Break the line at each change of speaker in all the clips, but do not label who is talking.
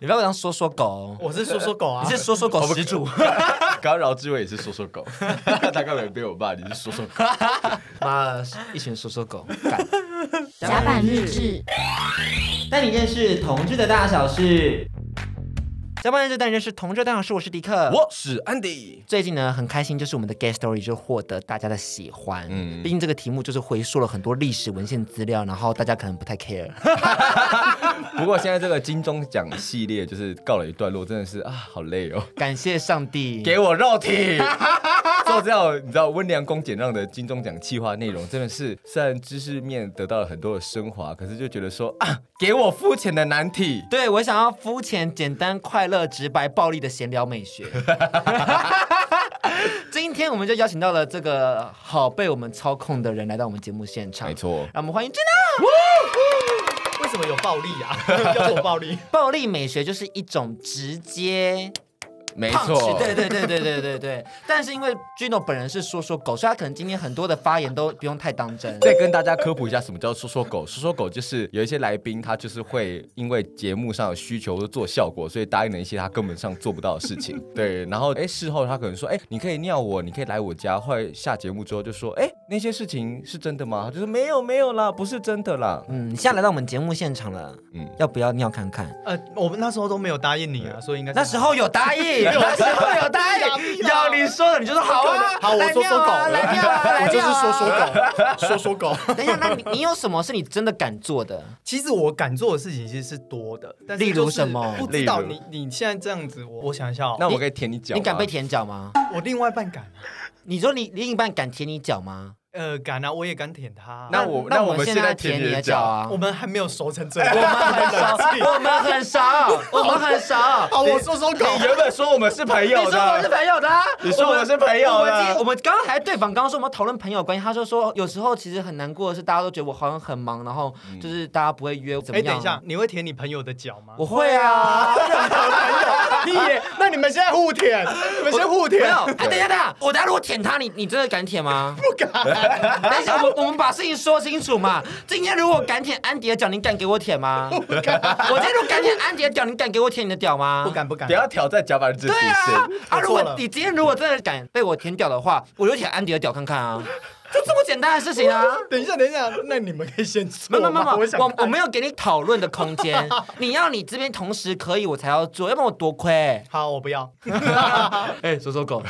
你不要当说说狗，
我是说说狗啊，
你是说说狗始 祖。
刚刚饶志伟也是说说狗， 他刚才被我骂，你是说说狗。
妈的，一群说说狗。
甲板日志，
带你认识同志的大小事。
甲板日志，但人是同志，当然是我是迪克。
我是安迪，
最近呢，很开心，就是我们的 Gay Story 就获得大家的喜欢。嗯，
嗯
毕竟这个题目就是回溯了很多历史文献资料，然后大家可能不太 care。
不过现在这个金钟奖系列就是告了一段落，真的是啊，好累哦。
感谢上帝，
给我肉 体，做这样你知道温良恭俭让的金钟奖企划内容，真的是虽然知识面得到了很多的升华，可是就觉得说啊，给我肤浅的难题。
对我想要肤浅、简单、快乐、直白、暴力的闲聊美 学。今天我们就邀请到了这个好被我们操控的人来到我们节目现场，
没，错
让，我们欢迎真的。
为什么有暴力啊？ 要做暴力？
暴力美学就是一种直接
没
胖
错，
对对对对对对对。但是因为 Gino 本人是说说狗，所以他可能今天很多的发言都不用太当真。
再跟大家科普一下，什么叫说说狗？说说狗就是有一些来宾，他就是会因为节目上的需求做效果，所以答应了一些他根本上做不到的事 情。对，然后哎，事后他可能说，哎，你可以尿我，你可以来我家。后来下节目之后就说，哎，那些事情是真的吗？他就说没有没有啦，不是真的啦。
嗯，现在来到我们节目现场了，
嗯，
要不要尿看看？
呃，我们那时候都没有答应你啊，所以应该 是
那时候有答应，那时候有答应，要你说了你就说好啊，
好，我
来
说说
尿
狗
啊
了，
来尿啊来
我就是
尿啊
说说狗，说说狗。
等一下，那你你有什么是你真的敢做的？
其实我敢做的事情其实是多的，但是
例如
就是
什么
不知道
例
你你现在这样子，我我想一下哦，
那我可以舔你脚吗，
你敢被舔脚吗？
我另外一半敢啊，
你说你另一半敢舔你脚吗？
呃，敢啊，我也敢舔他。
那我
那
我们
现
在
舔
舔
你
你
的
的
脚
脚
啊
我！们还没有熟成哎这样，
我们很少， 我们很少，我们很少。
好，我说说狗。
你原本说我们是朋友
你说我是
的，
朋友的啊、
你说我是朋友的啊
我们今我们刚刚还对方刚刚说我们讨论朋友关系，他就说有时候其实很难过的是，大家都觉得我好像很忙，然后就是大家不会约怎么
哎，
样、
等一下，，你会舔你朋友的脚吗？
我会啊。
屁耶！那你们现在互舔，你们先互
没
舔
有，哎，等一下，等一下，我等一下如果舔他，你你真的敢舔吗？ 不敢。等一下，我们我们把事情说清楚嘛。今天如果敢舔安迪的脚，你敢给我舔吗？不敢。我今天如果敢舔安迪的脚，你敢给我舔你的屌吗？
不。敢不敢
不。要挑战甲板日志
对
底
啊
线。，
啊，
我
如
错了
果你今天如果真的敢被我舔屌的话，我就舔安迪的屌看看 啊，就这么简单的事 情啊。
等一下，等一下，那你们可以先
没
做
有没
吗。
有没有，
我想
我我
看
没有给你讨论的空 间，你要你这边同时可以，我才要做，要不然我多亏。
好，我不 要。
哎，说说狗，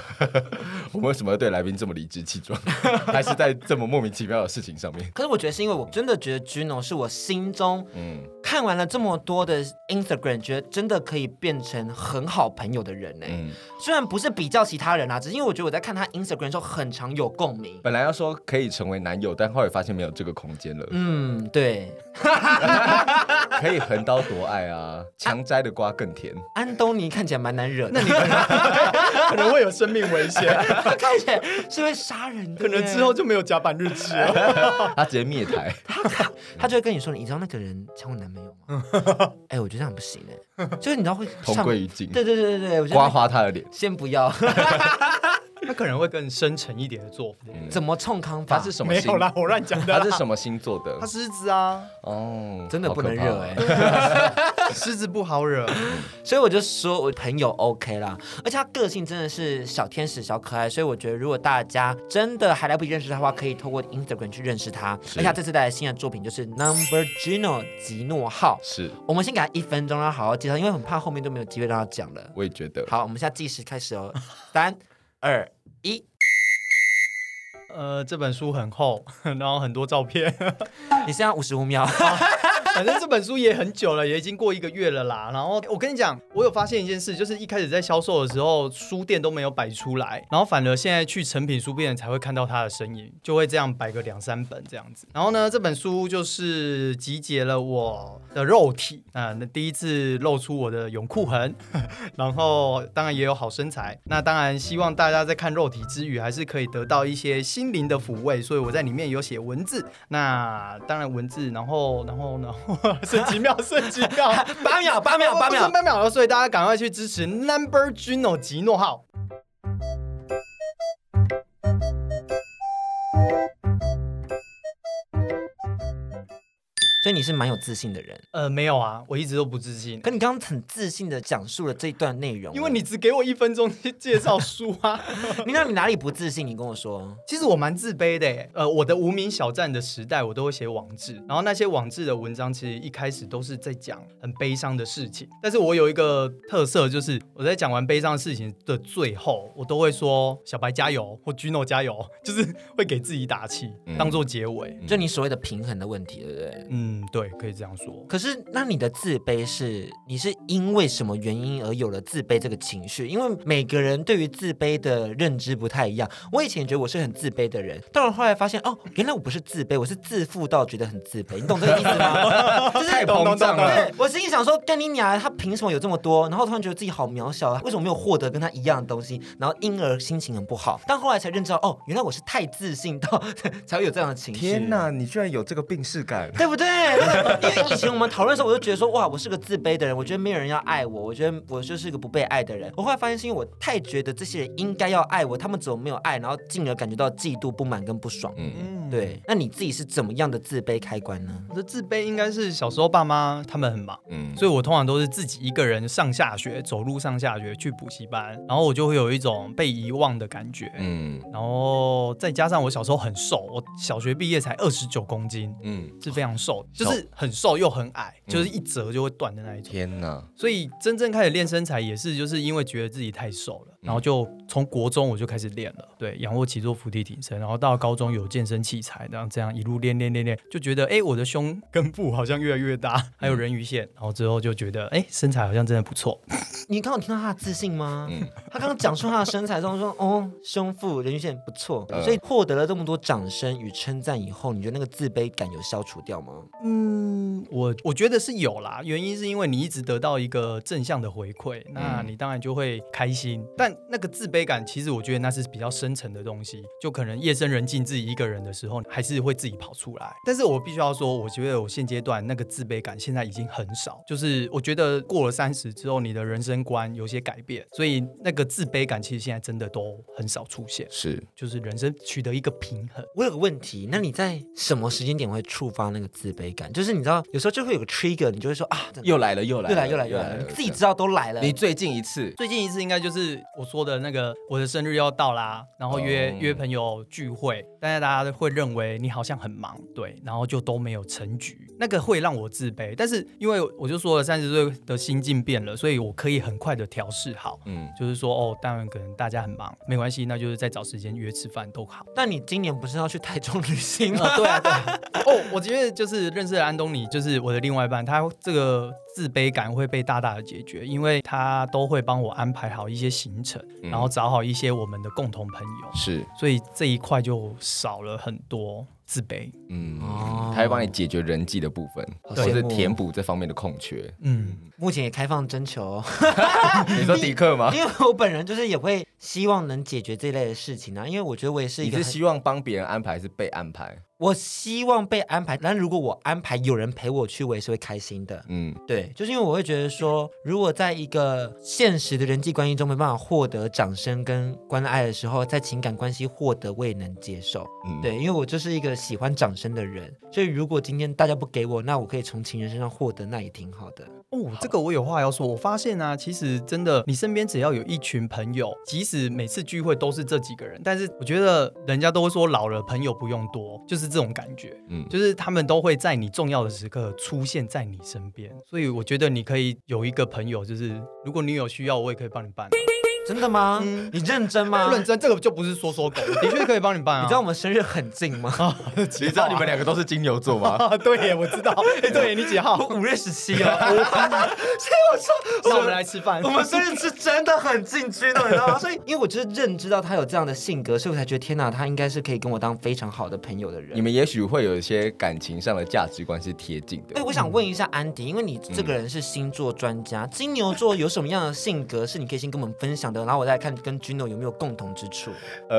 我们为什么要对来宾这么理直气 壮，还是在这么莫名其妙的事情上面？
可是我觉得是因为我真的觉得 Gino 是我心中
嗯，
看完了这么多的 Instagram，觉得真的可以变成很好朋友的人呢、
嗯
虽然不是比较其他人啊，只是因为我觉得我在看他 Instagram 的时候很常有共鸣。
本来要说可以成为男友，但后来发现没有这个空间了。
嗯，对，
可以横刀夺爱 啊，强摘的瓜更 甜。
安东尼看起来蛮难惹的，
可能会有生命危险，
他 看起来是会杀人的
可
耶，
能之后就没有甲板日志 了。
他直接灭台，
他就会跟你说，你知道那个人抢我男朋友吗？哎、我觉得这样不行哎、就是你知道会
同
上
归于尽，
对对对对对，我觉得
刮花他的脸。
先不要，
他可能会更深沉一点的做法。
怎么冲康法？
他是什么
没
星
有？啦，我乱讲的
他
啦。
是什么星座的
他？狮子啊，
哦，
真的不能惹哎、
好可
狮子不好惹。
所以我就说我朋友 OK 啦，而且他个性真的是小天使、小可爱，所以我觉得如果大家真的还来不及认识他的话，可以透过 Instagram 去认识他。而且他这次带来新的作品就是 Number Gino 吉诺号
怕，是，
我们先给他一分钟，让他好好介绍，因为很怕后面都没有机会让他讲了。
我也觉得。
好，我们现在计时开始 哦，三、二、一。
呃，这本书很厚，然后很多照片，
你剩下五十五秒，
反正这本书也很久了，也已经过一个月了啦。然后我跟你讲，我有发现一件事，就是一开始在销售的时候，书店都没有摆出来，然后反而现在去成品书店才会看到它的身影，就会这样摆个两三本这样子。然后呢，这本书就是集结了我的肉体，啊、那第一次露出我的泳裤痕， 然后当然也有好身材。那当然希望大家在看肉体之余，还是可以得到一些心灵的抚慰。所以我在里面有写文字，那当然文字，然后然后然后 剩几秒，剩几秒，
八秒，八秒，八
不
秒
剩。八秒了，所以大家赶快去支持 Number Gino 吉诺号。
所所以你是蛮有自信的人。
呃，没有啊，我一直都不自信。
可你刚刚很自信的讲述了这一段内容，
因为你只给我一分钟去介绍书啊。
你那你哪里不自信？你跟我说，
其实我蛮自卑的耶，呃，我的无名小站的时代，我都会写网志，然后那些网志的文章，其实一开始都是在讲很悲伤的事情，但是我有一个特色，就是我在讲完悲伤的事情的最后，我都会说“小白加油”或 “Gino 加油”， 就是会给自己打气，当做结尾。
就你所谓的平衡的问题，对不对？
嗯，对，可以这样说。
可是，那你的自卑是你是因为什么原因而有了自卑这个情绪？因为每个人对于自卑的认知不太一样。我以前觉得我是很自卑的人，但我后来发现，哦，原来我不是自卑，我是自负到觉得很自卑。你懂这个意思 吗？就是
太膨胀了
对，我心里想说，干你娘，他凭什么有这么多？然后突然觉得自己好渺小啊，为什么没有获得跟他一样的东西？然后因而心情很不好。但后来才认知到，哦，原来我是太自信到才会有这样的情绪。
天哪，你居然有这个病逝感！
对不 对？那个因为以前我们讨论的时候，我就觉得说，哇，我是个自卑的人，我觉得没有人要爱我，我觉得我就是个不被爱的人。我后来发现是因为我太觉得这些人应该要爱我，他们怎么没有爱，然后进而感觉到嫉妒、不满跟不爽。
嗯，
对，那你自己是怎么样的自卑开关呢？
我的自卑应该是小时候爸妈他们很忙，
嗯
所以我通常都是自己一个人上下学，走路上下学去补习班，然后我就会有一种被遗忘的感觉。
嗯
然后再加上我小时候很瘦，我小学毕业才二十九公斤，
嗯，
是非常瘦，就是很瘦又很矮，就是一折就会断的那一种。
天哪，
所以真正开始练身材也是就是因为觉得自己太瘦了，然后就从国中我就开始练了，对，仰卧起坐、伏地挺身，然后到高中有健身器材，然后这样一路练练练练，就觉得哎、诶我的胸跟腹好像越来越大，还有人鱼线，然后之后就觉得哎、诶身材好像真的不错，
你刚刚有听到他的自信吗？
嗯
他刚刚讲述他的身材中说，哦，胸腹人鱼线不错，
呃
所以获得了这么多掌声与称赞以后，你觉得那个自卑感有消除掉吗？
嗯，我我觉得是有啦，原因是因为你一直得到一个正向的回馈，那你当然就会开心。但那个自卑感，其实我觉得那是比较深层的东西，就可能夜深人静自己一个人的时候，还是会自己跑出来。但是我必须要说，我觉得我现阶段那个自卑感现在已经很少，就是我觉得过了三十之后，你的人生观有些改变，所以那个自卑感其实现在真的都很少出现，
是
就是人生取得一个平衡。
我有个问题，那你在什么时间点会触发那个自卑感？就是你知道，有时候就会有个 trigger，你就会说啊，真的
又来了又来
又
了
来又来又来，你自己知道都来了。
你最近一次
最近一次应该就是我说的那个我的生日要到啦，然后约、
哦
约朋友聚会，但是大家都会认为你好像很忙，对，然后就都没有成局，那个会让我自卑。但是因为我就说了，三十岁的心境变了，所以我可以很快的调试好。
嗯
就是说，哦，当然可能大家很忙，没关系，那就是再找时间约吃饭都好。
那你今年不是要去台中旅行 吗？
啊，对啊，对啊。哦，我觉得就是认识了安东尼，就是我的另外一半，他这个自卑感会被大大的解决，因为他都会帮我安排好一些行程，
嗯
然后找好一些我们的共同朋友，
是
所以这一块就少了很多自卑。
嗯
哦，
他会帮你解决人际的部分，
好
或
羡
者是
慕哦
填补这方面的空缺。
嗯，
目前也开放征求，
你说迪克吗？
因为我本人就是也会希望能解决这类的事情啊，因为我觉得我也是一
你
个
是
很
希望帮别人安排，还是被安排？
我希望被安排，但如果我安排有人陪我去，我也是会开心的。
嗯
对，就是因为我会觉得说，如果在一个现实的人际关系中没办法获得掌声跟关爱的时候，在情感关系获得，我也能接受。
嗯，
对，因为我就是一个喜欢掌声的人，所以如果今天大家不给我，那我可以从情人身上获得，那也挺好的。
哦，这个我有话要说。我发现啊，其实真的，你身边只要有一群朋友，即使每次聚会都是这几个人，但是我觉得人家都会说老了朋友不用多，就是这种感觉。
嗯
就是他们都会在你重要的时刻出现在你身边，所以我觉得你可以有一个朋友，就是如果你有需要，我也可以帮你办。
真的吗？
嗯
你认真吗？
认真，这个就不是说说狗，我的确可以帮你办啊。
你知道我们生日很近吗？
哦你知道你们两个都是金牛 座吗？
啊？对耶，我知道。哎，对耶，你几号？
五月十七 哦，所以我说，
那我们来吃饭。
我们生日是真的很近距的，你知道吗？所以，因为我就是认知到他有这样的性格，所以我才觉得天哪，他应该是可以跟我当非常好的朋友的人。
你们也许会有一些感情上的价值观是贴近
哎、
的。
我想问一下安迪，因为你
嗯
这个人是星座专家，金牛座有什么样的性格是你可以先跟我们分享的？然后我再看跟 Gino 有没有共同之处。
呃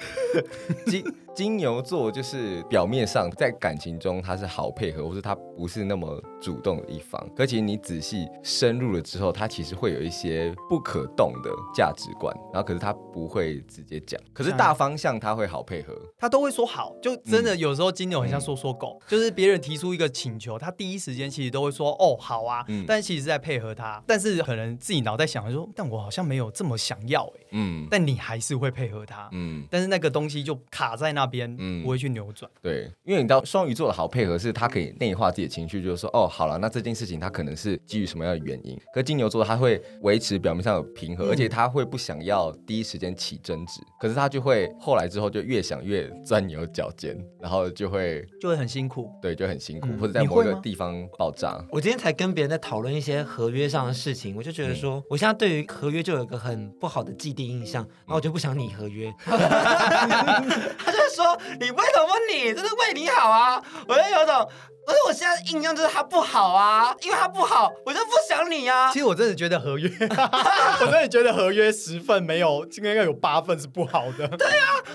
呃，金金牛座就是表面上在感情中他是好配合，或是他不是那么主动的一方，可其实你仔细深入了之后，他其实会有一些不可动的价值观，然后可是他不会直接讲，可是大方向他会好配合。
他都会说好，就真
嗯
的有时候金牛很像说说狗，就是别人提出一个请求，他第一时间其实都会说哦好啊，
嗯
但其实是在配合他，但是可能自己脑袋想的说，但我好像没有这么想要哎、
嗯
但你还是会配合他，
嗯，
但是那个东西就卡在那边，
嗯
不会去扭转。
对，因为你知道双鱼座的好配合是他可以内化自己的情绪，就是说哦，好了，那这件事情他可能是基于什么样的原因？可金牛座他会维持表面上有平
嗯
和，而且他会不想要第一时间起争执，可是他就会后来之后就越想越钻牛角尖，然后就会
就会很辛苦。
对就很辛苦，
嗯
或者在
你
某
会
一个
吗
地方爆炸。
我今天才跟别人在讨论一些合约上的事情，我就觉得说，我现在对于合约就有一个很不好的既定印象，然后我就不想拟合约。他就说你为什么不拟？这是为你好啊！我就有种，而且我现在印象就是他不好啊，因为他不好，我就不想你啊
其。实我真的觉得合 约，我真的觉得合约十份没有，应该有八份是不好的。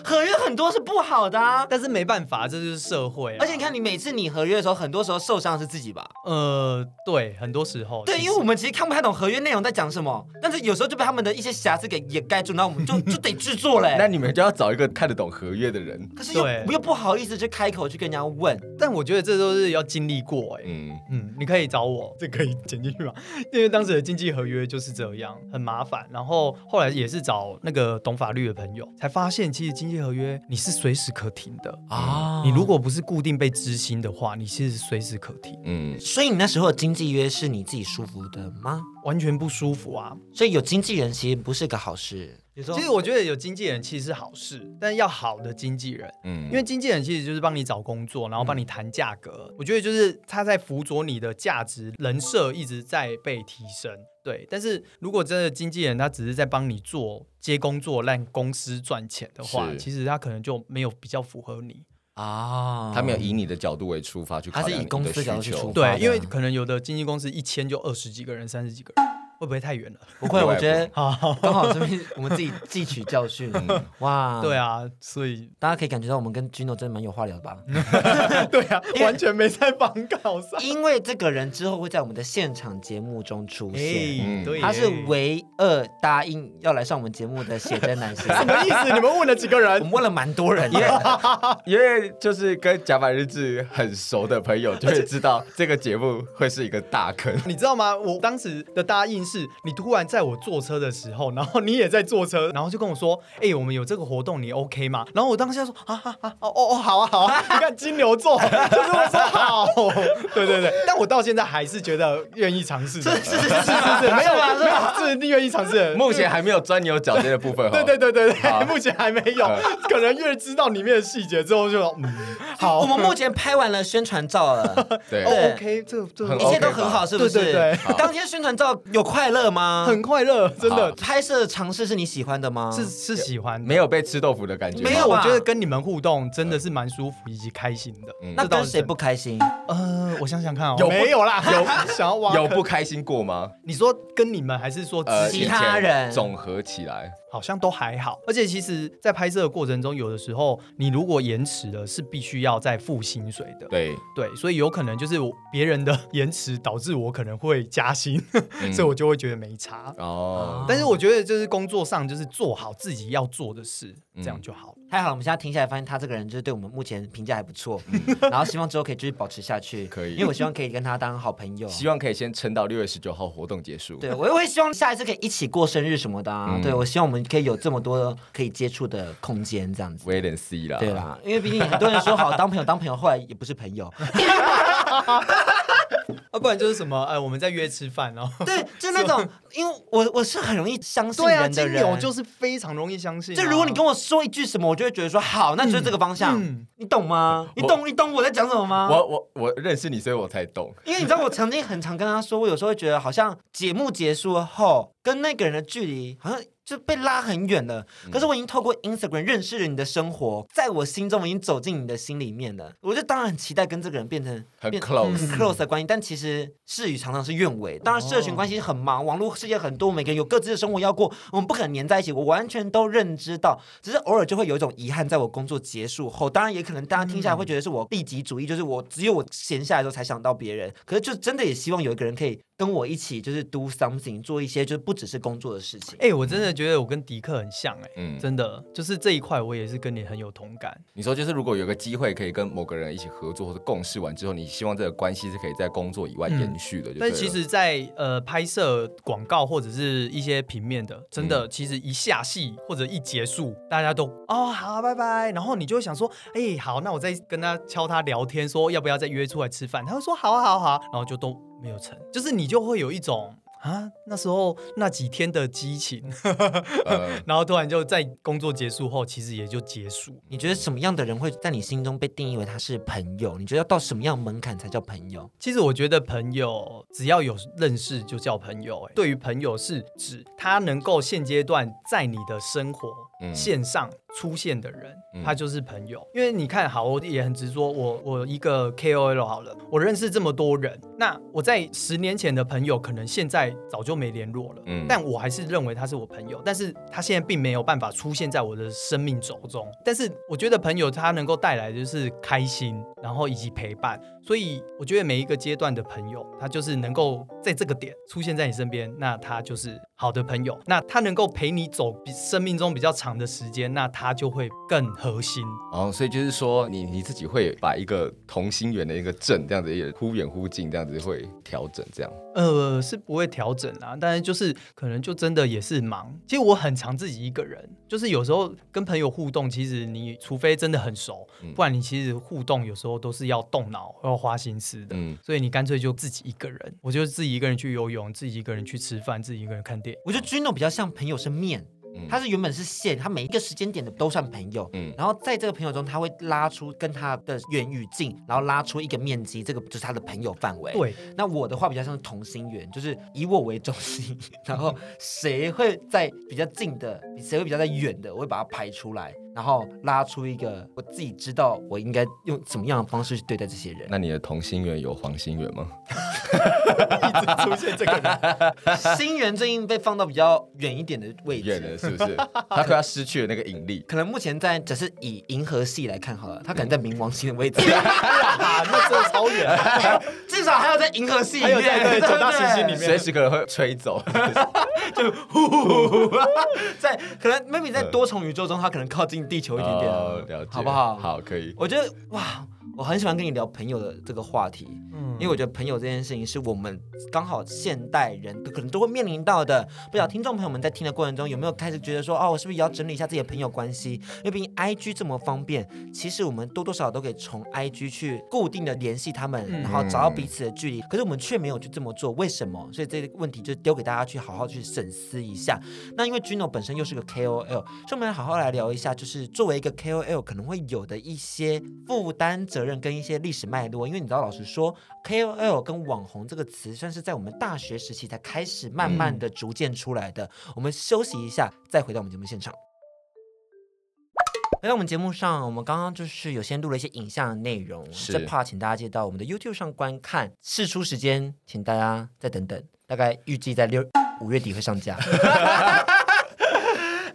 合约很多是不好的啊。
但是没办法，这就是社会、啊。
而且你，看，你每次拟合约的时候，很多时候受伤的是自己吧？
呃，对，很多时候，
对，
其
因
实
为我们其实看不太懂合约内容在讲什么，但是有时候就被他们的一些瑕疵给掩盖住，然后我们就就得制作欸嘞、
那你们就要找一个看得懂合约的人。
可是又
对
又不好意思去开口去跟人家问，
但我觉得这都是要经历过、哎。
嗯，
嗯，你可以找我，这可以剪进去吗？ 因为当时的经济合约就是这样，很麻烦。然后后来也是找那个懂法律的朋友，才发现其实经济合约你是随时可停的
啊
嗯
你如果不是固定被知心的话，你是随时可停，
嗯，
所以你那时候的经纪约是你自己舒服的吗？
完全不舒服啊。
所以有经纪人其实不是个好事。你
嗯
说
其实我觉得有经纪人其实是好事，但要好的经纪人，
嗯
因为经纪人其实就是帮你找工作，然后帮你谈价格。
嗯
我觉得就是他在辅佐你的价值人设一直在被提升。对，但是如果真的经纪人他只是在帮你做接工作，让公司赚钱的话，
是
其实他可能就没有比较符合你。
啊
他没有以你的角度为出发去考
他是
量
以
你
公
的
司
需
角度去
求
出发
对，因为可能有的经纪公司一签就二十几个人、三十几个人，会不会太 远了？
不会，
不会
我觉得
好，
刚好这边我们自己汲取教训。哇，
对
啊，
啊，所以
大家可以感觉到我们跟 Gino 真的蛮有话聊的吧？
对啊，完全没在帮告上。
因为这个人之后会在我们的现场节目中出现。
嗯
哎对耶，
他是唯二答应要来上我们节目的写真男生，
什么意思？你们问了几个
我
人？
们问了蛮多人的，
因为就是跟甲板日志很熟的朋友就会知道这个节目会是一个大坑。
你知道吗？我当时的答应是，你突然在我坐车的时候，然后你也在坐车，然后就跟我说：“哎、我们有这个活动，你 OK 吗？”然后我当下说：“啊啊啊，哦哦，好啊好啊。” 你看金牛座，就是我说好， 对对对。但我到现在还是觉得愿意尝试的，是是是是是，没有吧？是吧？是愿意尝试的。
目前还没有钻牛角尖的部分哦，
对对对对
好
对，目前还没有，可能越知道里面的细节之后就嗯好，
我们目前拍完了宣传照 了，对
对
哦 OK，这个这
很
个
一切都
OK 吧
很好，是不是？
对对对
好
当天宣传照有快乐吗？
很快乐，真的
好
拍摄的尝试是你喜欢的吗？
是是喜欢的
没有被吃豆腐的感觉吗，
没
没有，啊
有
我
吧
觉得跟你们互动真的是蛮舒服以及开心的。
嗯
那
这倒
跟
是
谁
真的
不？开心？
呃，我想想看哦，
有不
没有啦？有 想要挖
有呃
坑
不？开心过吗？
你说跟你们还是说自
其
己
以前
他人
总合起来，
好像都还好，而且其实，在拍摄的过程中，有的时候你如果延迟了，是必须要再付薪水的。
对，
对，所以有可能就是我别人的延迟导致我可能会加薪，
嗯
所以我就会觉得没差。
哦，
但是我觉得就是工作上就是做好自己要做的事，这样
嗯
就好了。
还好，我们现在听下来发现他这个人就是对我们目前评价还不 错，嗯然后希望之后可以继续保持下去。
可以
因为我希望可以跟他当好朋友。
希望可以先撑到六月十九号活动结束。
对，我也会希望下一次可以一起过生日什么的啊。
嗯
对，我希望我们可以有这么多可以接触的空间，这样子。
，Wait and see 啦，
对，啦，因为毕竟很多人说好当朋友当朋友，后来也不是朋友。
啊，不然就是什么，哎，我们在约吃饭 哦。
对，就是那种，因为我我是很容易相信
对啊，
人的
金
人。
牛就是非常容易相信啊、
就如果你跟我说一句什么，我就会觉得说好，那就是这个方向，
嗯
你懂吗？你
我
懂你懂我在讲什么吗？
我我我认识你，所以我才懂。
因为你知道，我曾经很常跟他说，我有时候会觉得好像节目结束后跟那个人的距离好像就被拉很远了。
嗯
可是我已经透过 Instagram 认识了你的生活，在我心中我已经走进你的心里面了。我就当然很期待跟这个人变成
很
变
close
很 close 的关系，但其实事与常常是愿违。当然，社群关系很忙，网络世界很多，每个人有各自的生活要过，我们不可能黏在一起。我完全都认知到，只是偶尔就会有一种遗憾，在我工作结束后，当然也可能大家听下来会觉得是我利己主义，就是我只有我闲下来的时候才想到别人。可是就真的也希望有一个人可以跟我一起，就是 do something，做一些就是不只是工作的事情。
哎、我真的觉得我跟迪克很像哎、
嗯
真的，就是这一块我也是跟你很有同感。
你说就是如果有个机会可以跟某个人一起合作或者共事完之后，你希望这个关系是可以在工作以外
嗯
延续的就对
但
了，
其实在，呃拍摄广告或者是一些平面的，真
嗯
的，其实一下戏或者一结束，大家都哦好拜拜，然后你就会想说，哎、好，那我再跟他敲他聊天，说要不要再约出来吃饭，他会说好啊好啊好啊，然后就都没有成，就是你就会有一种。啊，那时候那几天的激情，
呃，
然后突然就在工作结束后，其实也就结束。
你觉得什么样的人会在你心中被定义为他是朋友？你觉得要到什么样的门槛才叫朋友？
其实我觉得朋友只要有认识就叫朋友、欸。对于朋友是指他能够现阶段在你的生活、
嗯
线上出现的人，
嗯
他就是朋友。因为你看好，我也很直说，我我一个 KOL 好了，我认识这么多人，那我在十年前的朋友，可能现在早就没联络了，
嗯
但我还是认为他是我朋友，但是他现在并没有办法出现在我的生命轴中。但是我觉得朋友他能够带来的就是开心，然后以及陪伴，所以我觉得每一个阶段的朋友，他就是能够在这个点出现在你身边，那他就是好的朋友。那他能够陪你走比生命中比较长的时间，那他就会更核心。
哦，所以就是说你你自己会把一个同心圆的一个正这样子，也忽远忽近这样子会调整这样。
呃，是不会调整啊，但是就是可能就真的也是忙。其实我很常自己一个人，就是有时候跟朋友互动，其实你除非真的很熟，不然你其实互动有时候都是要动脑、要花心思的。
嗯，
所以你干脆就自己一个人，我就自己一个人去游泳，自己一个人去吃饭，自己一个人看电影。
我觉得 Gino 比较像朋友是面
嗯。
他是原本是线，他每一个时间点的都算朋友，
嗯
嗯，然后在这个朋友中，他会拉出跟他的远与近，然后拉出一个面积，这个就是他的朋友范围。，
对，
那我的话比较像是同心圆，就是以我为中心，然后谁会在比较近的，谁会比较在远的，我会把它排出来，然后拉出一个我自己知道我应该用什么样的方式去对待这些 人。
那你的同心圆有黄心圆吗？
出现这个人，
心圆最近被放到比较远一点的位置
远，了是不是？他快要失去了那个 引力。
可能目前在只是以银河系来看好了，他可能在冥王星的位置，
啊，那真的超远。
至少还要在银河系里
还有
面，
在对九大行 星里面
随时可能会吹走，
在可能 maybe 在多重宇宙中，他可能靠近地球一点点啊
哦了解，
好不好？，
好，可以。
我觉得哇，我很喜欢跟你聊朋友的这个话题，
嗯
因为我觉得朋友这件事情是我们刚好现代人可能都会面临到的。不知道听众朋友们在听的过程中有没有开始觉得说，哦，我是不是也要整理一下自己的朋友关系？因为毕竟 I G 这么方便，其实我们多多少少都可以从 I G 去固定的联系他们，然后找到彼此的距离。可是我们却没有去这么做，为什么？所以这个问题就丢给大家去好好去审思一下。那因为 Gino 本身又是个 KOL，所以我们来好好来聊一下，就是作为一个 KOL 可能会有的一些负担、责任跟一些历史脉络。因为你知道，老实说，KOL 跟网红这个词算是在我们大学时期才开始慢慢的逐渐出来的。我们休息一下，再回到我们节目现场。回到我们节目上，我们刚刚就是有先录了一些影像的内容，
是
这 part 请大家记得到我们的 YouTube 上观看。试出时间，请大家再等等，大概预计在六五月底会上架。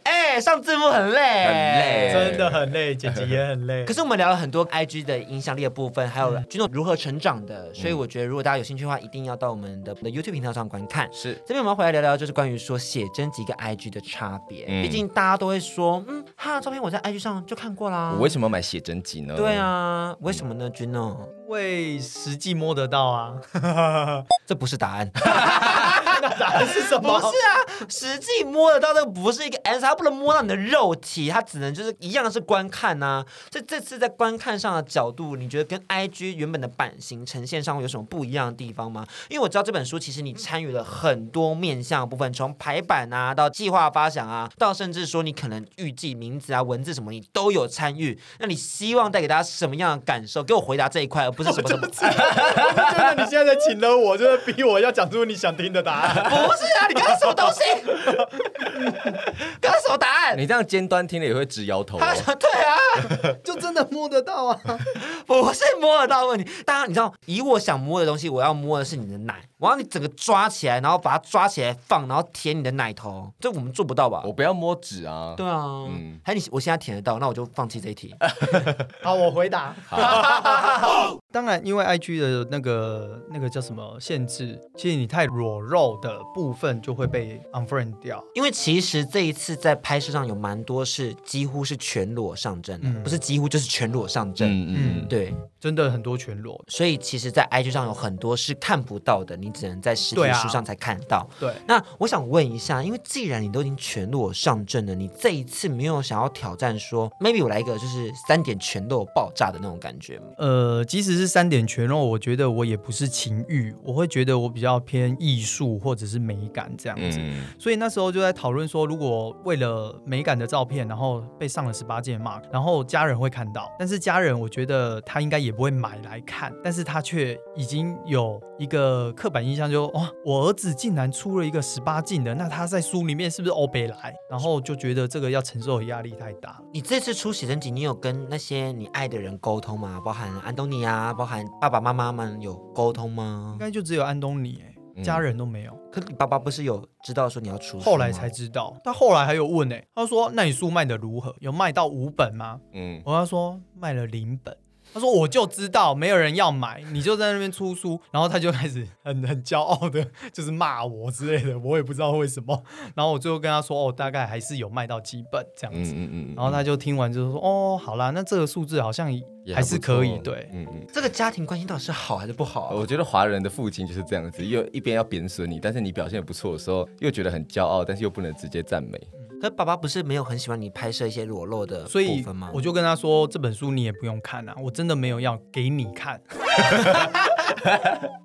哎、上字幕很累，
很累
真的很累，姐姐也很累。
可是我们聊了很多 IG 的影响力的部分，还
嗯
有 Gino 如何成长的，所以我觉得如果大家有兴趣的话，一定要到我们的我
嗯
们的 YouTube 频道上观看。
是
这边我们要回来聊聊，就是关于说写真集跟 IG 的差别。
嗯
毕竟大家都会说，嗯，他的照片我在 IG 上就看过啦
我。为什么买写真集呢？
嗯对，啊，为什么呢，Gino？
因为实际摸得到啊，
这不是答案，
那答案是什
不
么？
是啊，实际摸得到那个不是一个 S，它不能摸到你的肉体，它只能就是一样是观看呐、这这次在观看上的角度，你觉得跟 IG 原本的版型呈现上会有什么不一样的地方吗？因为我知道这本书其实你参与了很多面向的部分，从排版啊到计划发想啊，到甚至说你可能预计名字啊、文字什么，你都有参与。那你希望带给大家什么样的感受？给我回答这一块，而不是什么什 么。
真的，你现在在请了我，就是逼我要讲出你想听的答案。
不是啊，你刚刚什么东西？刚刚什么答案？
你这样尖端听了也会直摇头、
他
哦。
想对啊，
就真的摸得到啊！
不是摸得到问题。当然，你知道，以我想摸的东西，我要摸的是你的奶，我要你整个抓起来，然后把它抓起来放，然后舔你的奶头，这我们做不到吧
哦
我？不要摸纸啊！
对啊，
嗯
还有你，我现在舔得到，那我就放弃这一题。
好，我回答。 当然，因为 IG 的那个那个叫什么限制，其实你太裸露的部分就会被 unfriend 掉。
因为其实这一次在拍摄上有蛮多是几乎是全裸上阵的，
嗯
不是几乎就是全裸上阵。
嗯嗯嗯，
对，
真的很多全裸。
所以其实，在 IG 上有很多是看不到的，你只能在实体
对啊
书上才看到。
对，
那我想问一下，因为既然你都已经全裸上阵了，你这一次没有想要挑战说，maybe 我来一个就是三点全裸爆炸的那种感觉吗？
呃，即使是三点全肉，我觉得我也不是情欲，我会觉得我比较偏艺术或者是美感这样子。
嗯，
所以那时候就在讨论说，如果为了美感的照片，然后被上了十八禁的 mark，然后家人会看到，但是家人我觉得他应该也不会买来看，但是他却已经有一个刻板印象就，哇，我儿子竟然出了一个十八禁的，那他在书里面是不是欧北来？然后就觉得这个要承受的压力太大了。
你这次出写真集，你有跟那些你爱的人沟通吗？包含安东尼啊，包含爸爸妈妈们有沟通吗
应？该就只有安东尼、欸，家人都没有。
可你爸爸不是有知道说你要出书吗，
后来才知道，他后来还有问呢、他说：“那你书卖的如何？有卖到五本吗
嗯？”，
我跟他说：“卖了零本。”他说：“我就知道没有人要买，你就在那边出书。”然后他就开始很很骄傲的，就是骂我之类的，我也不知道为什么。然后我最后跟他说：“哦，大概还是有卖到几本这样子。
嗯嗯
然后他就听完就说：“哦，好啦，那这个数字好像还是可以。”对，
嗯嗯。
这个家庭关系到底是好还是不好啊、
哦
我觉得华人的父亲就是这样子，又一边要贬损你，但是你表现得不错的时候，又觉得很骄傲，但是又不能直接赞美。
可是爸爸不是没有很喜欢你拍摄一些裸露的
所
部
以
分吗？
我就跟他说：“这本书你也不用看啊，我真的没有要给你看。”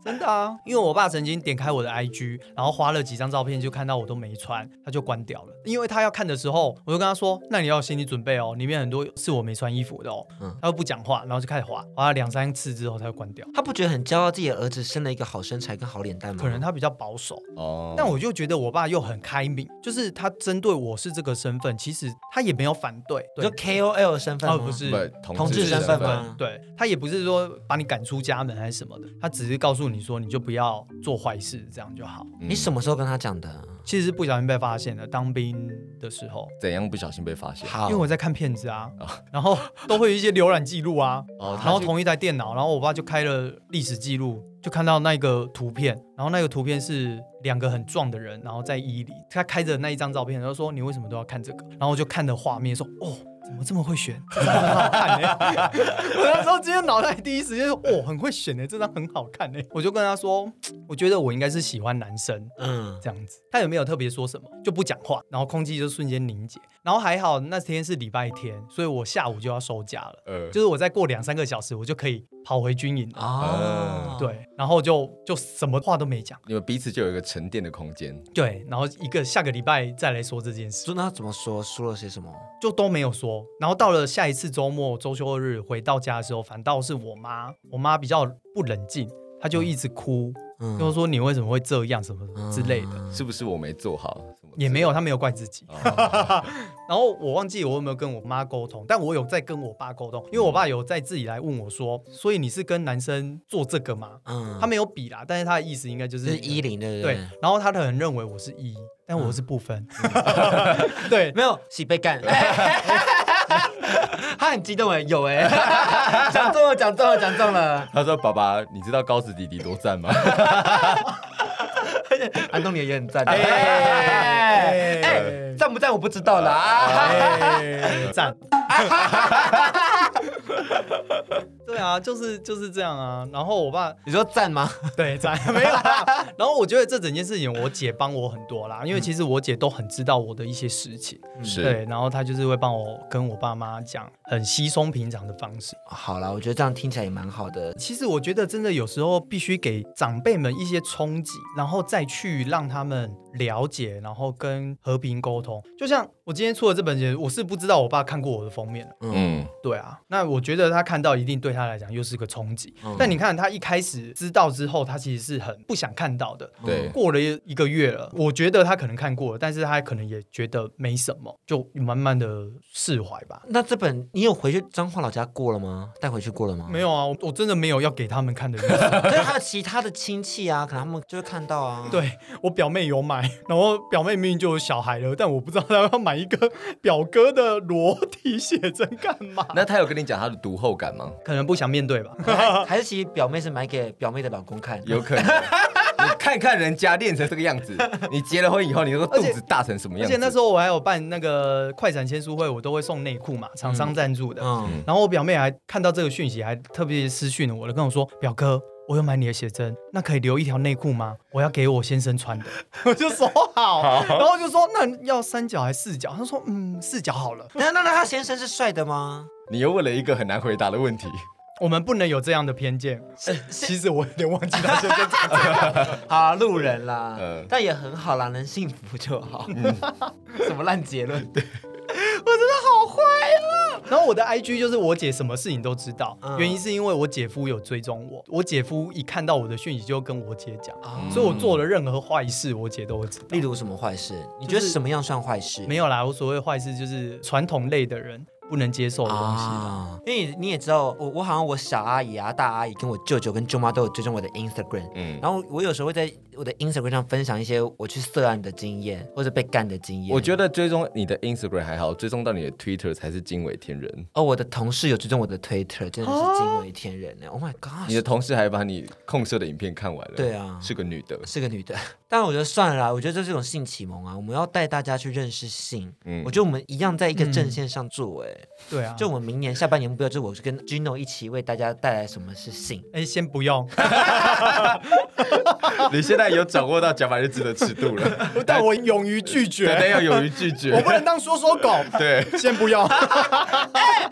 真的啊，因为我爸曾经点开我的 IG，然后花了几张照片，就看到我都没穿，他就关掉了。因为他要看的时候，我就跟他说：“那你要有心理准备哦，里面很多是我没穿衣服的哦。
嗯
他又不讲话，然后就开始划，划了两三次之后，他就关掉。
他不觉得很骄傲自己的儿子生了一个好身材跟好脸蛋吗？
可能他比较保守，
哦，
但我就觉得我爸又很开明，就是他针对我是这个身份，其实他也没有反对。
你说 KOL 的身份吗？
哦，不是，
不
同志身份吗？
对他也不是说把你赶出家门还是什么的，他只是告诉你说你就不要做坏事，这样就好。
嗯
你什么时候跟他讲的？
其实是不小心被发现了，当兵的时候，
怎样不小心被发现？
好，
因为我在看片子啊，然后都会有一些浏览记录啊，
哦
然后同一台电脑，然后我爸就开了历史记录，就看到那个图片，然后那个图片是两个很壮的人，然后在伊犁，他开着那一张照片，然后说你为什么都要看这个？然后我就看的画面说，哦，怎么这么会选？这张很好看呢、我那时候今天脑袋第一时间说，哦，很会选呢、这张很好看呢、我就跟他说，我觉得我应该是喜欢男生，
嗯，
这样子，他也没有特别说什么，就不讲话，然后空气就瞬间凝结。然后还好那天是礼拜天，所以我下午就要收假了，
呃，
就是我再过两三个小时，我就可以跑回军营了。
哦，，
对，然后就就什么话都没讲，
你们彼此就有一个沉淀的空间。
对，然后一个下个礼拜再来说这件事，
说那他怎么说？说了些什么？
就都没有说。然后到了下一次周末周休二日回到家的时候，反倒是我妈，我妈比较不冷静，她就一直哭，
嗯
就说你为什么会这样，什么什么之类的。
嗯
是不是我没做好？什么
也没有，他没有怪自己。
哦
然后我忘记我有没有跟我妈沟通，但我有在跟我爸沟通，因为我爸有在自己来问我说，所以你是跟男生做这个吗？
嗯
他没有比啦，但是他的意思应该就是
就是一零，对不
对。然后他可能认为我是一，但我是不分。对，
没有洗被 干，他很激动哎，有 哎，讲中了，讲中了，讲中了。
他说：“爸爸，你知道高子弟弟多赞吗？
安东尼也很赞，
哎
哎，哎赞不赞我不知道啦。
哎赞。 对啊，就是就是这样啊。然后我爸
你说赞吗？
对，咱 没有啦。然后我觉得这整件事情，我姐帮我很多啦，因为其实我姐都很知道我的一些事情，
是，
对，然后她就是会帮我跟我爸妈讲很稀松平常的方式。
好啦，我觉得这样听起来也蛮好的。
其实我觉得真的有时候必须给长辈们一些冲击，然后再去让他们了解，然后跟和平沟通。就像我今天出了这本节，我是不知道我爸看过我的封面的。
嗯，
对啊，那我觉得他看到一定对他来讲又是个冲击。但你看他一开始知道之后，他其实是很不想看到的。
对，
过了一个月了，我觉得他可能看过了，但是他可能也觉得没什么，就慢慢的释怀吧。
那这本你有回去彰化老家过了吗？带回去过了吗？
没有啊，我我真的没有要给他们看的意思。
可是还有其他的亲戚啊，可能他们就会看到啊。，
对我表妹有买，然后表妹明明就有小孩了，但我不知道她要买一个 表哥的裸体写真干嘛？
那他有跟你讲他的读后感吗？
可能不想面对吧。
还是 其实表妹是买给表妹的老公看。
有 可能。你看看人家练成这个样子，你结了婚以后，你那个肚
而
子大成什么
而
样子？
且那时候我还有办那个快闪签书会，我都会送内裤嘛，厂商赞助的。
嗯，
然后我表妹还看到这个讯息，还特别私讯了我，跟我说：“表哥，我有买你的写真，那可以留一条内裤吗？我要给我先生穿的。” 我就说好，然后就说那要三角还是四角？他说嗯，四角好了。
那那那他先生是帅的吗？
你又问了一个很难回答的问题。
我们不能有这样的偏见。其实我有点忘记他先生长怎样。
好啊，路人啦，
嗯
但也很好啦，能幸福就好。 什么烂结论？
然后我的 IG 就是我姐什么事情都知道，
嗯
原因是因为我姐夫有追踪我，我姐夫一看到我的讯息就跟我姐讲，
啊
哦
所以我做了任何坏事，我姐都会知道。
例如什么坏事？你觉得什么样算坏事？
没有啦，我所谓坏事就是传统类的人不能接受的东西啦。
啊，因为你也知道，我我好像我小阿姨啊、大阿姨跟我舅舅跟舅妈都有追踪我的 Instagram，
嗯，
然后我有时候会在我的 Instagram 上分享一些我去涉案的经验或者被干的经验。
我觉得追踪你的 Instagram 还好，追踪到你的 Twitter 才是惊为天人。
哦，我的同事有追踪我的 Twitter，真的是惊为天人呢、Oh my
你的
god！
同事还把你控射的影片看完了。
对啊
是个女的。
是个女的， 但我觉得算了啦，我觉得这是一种性启蒙啊，我们要带大家去认识性。
嗯
我觉得我们一样在一个阵线上做、欸，
对啊，
就我们明年下半年目标就是我跟 Gino 一起为大家带来什么是性。
哎、先不用，
你现在有掌握到假白日子的尺度 了，
但我勇于拒
绝对
绝，
要勇于拒绝
我。不能当说说狗。
对，
先不用
哎、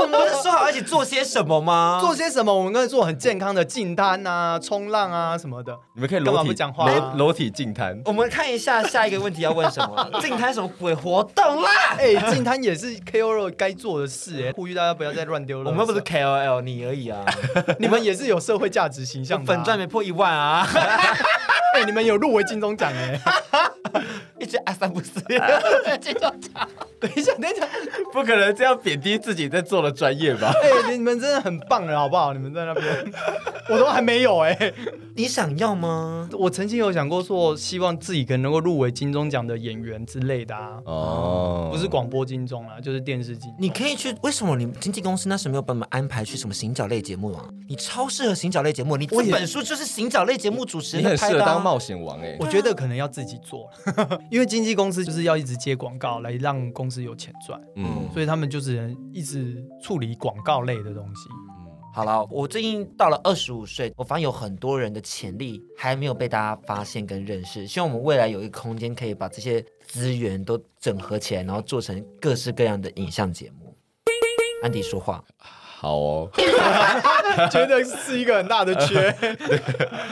我们不是说好一起做些什么吗？
做些什么，我们可以做很健康的进滩啊、冲浪啊什么的。
你们可以
干嘛
裸
不
体
讲话啊
裸裸体净 滩。
我们看一下下一个问题要问什 么，进摊什么鬼活动啦？
哎、进滩也是 KOL 该做的事哎、呼吁大家不要再乱丢
我
了。
们又不是 KOL 你而已 啊，
你们也是有社会价值形
就
象的、啊，
粉钻没破一万 啊，
哎、你们有入围金钟奖 哎！
一直爱三不四。
等一下，等一下，
不可能这样贬低自己在做的专业吧？
哎、你们真的很棒了，好不好？你们在那边， 我都还没有哎、
你想要吗？
我曾经有想过说，希望自己可能能够入围金钟奖的演员之类的啊，
哦，
不是广播金钟啦，就是电视金钟。
你可以去，为什么你经纪公司那时没有把你们安排去什么行脚类节目啊？你超适合行脚类节目，你这本书就是行脚类节目主持
你
人在拍
很适
的、
合
啊。
当冒险王哎
我。觉得可能要自己做， 因为经纪公司就是要一直接广告来让公司有钱赚，
嗯，
所以他们就只能一直处理广告类的东西。
好了，我最近到了二十五岁，我发现有很多人的潜力还没有被大家发现跟认识。希望我们未来有一个空间，可以把这些资源都整合起来，然后做成各式各样的影像节目。安迪说话，
好 哦，
觉得是一个很大的 缺，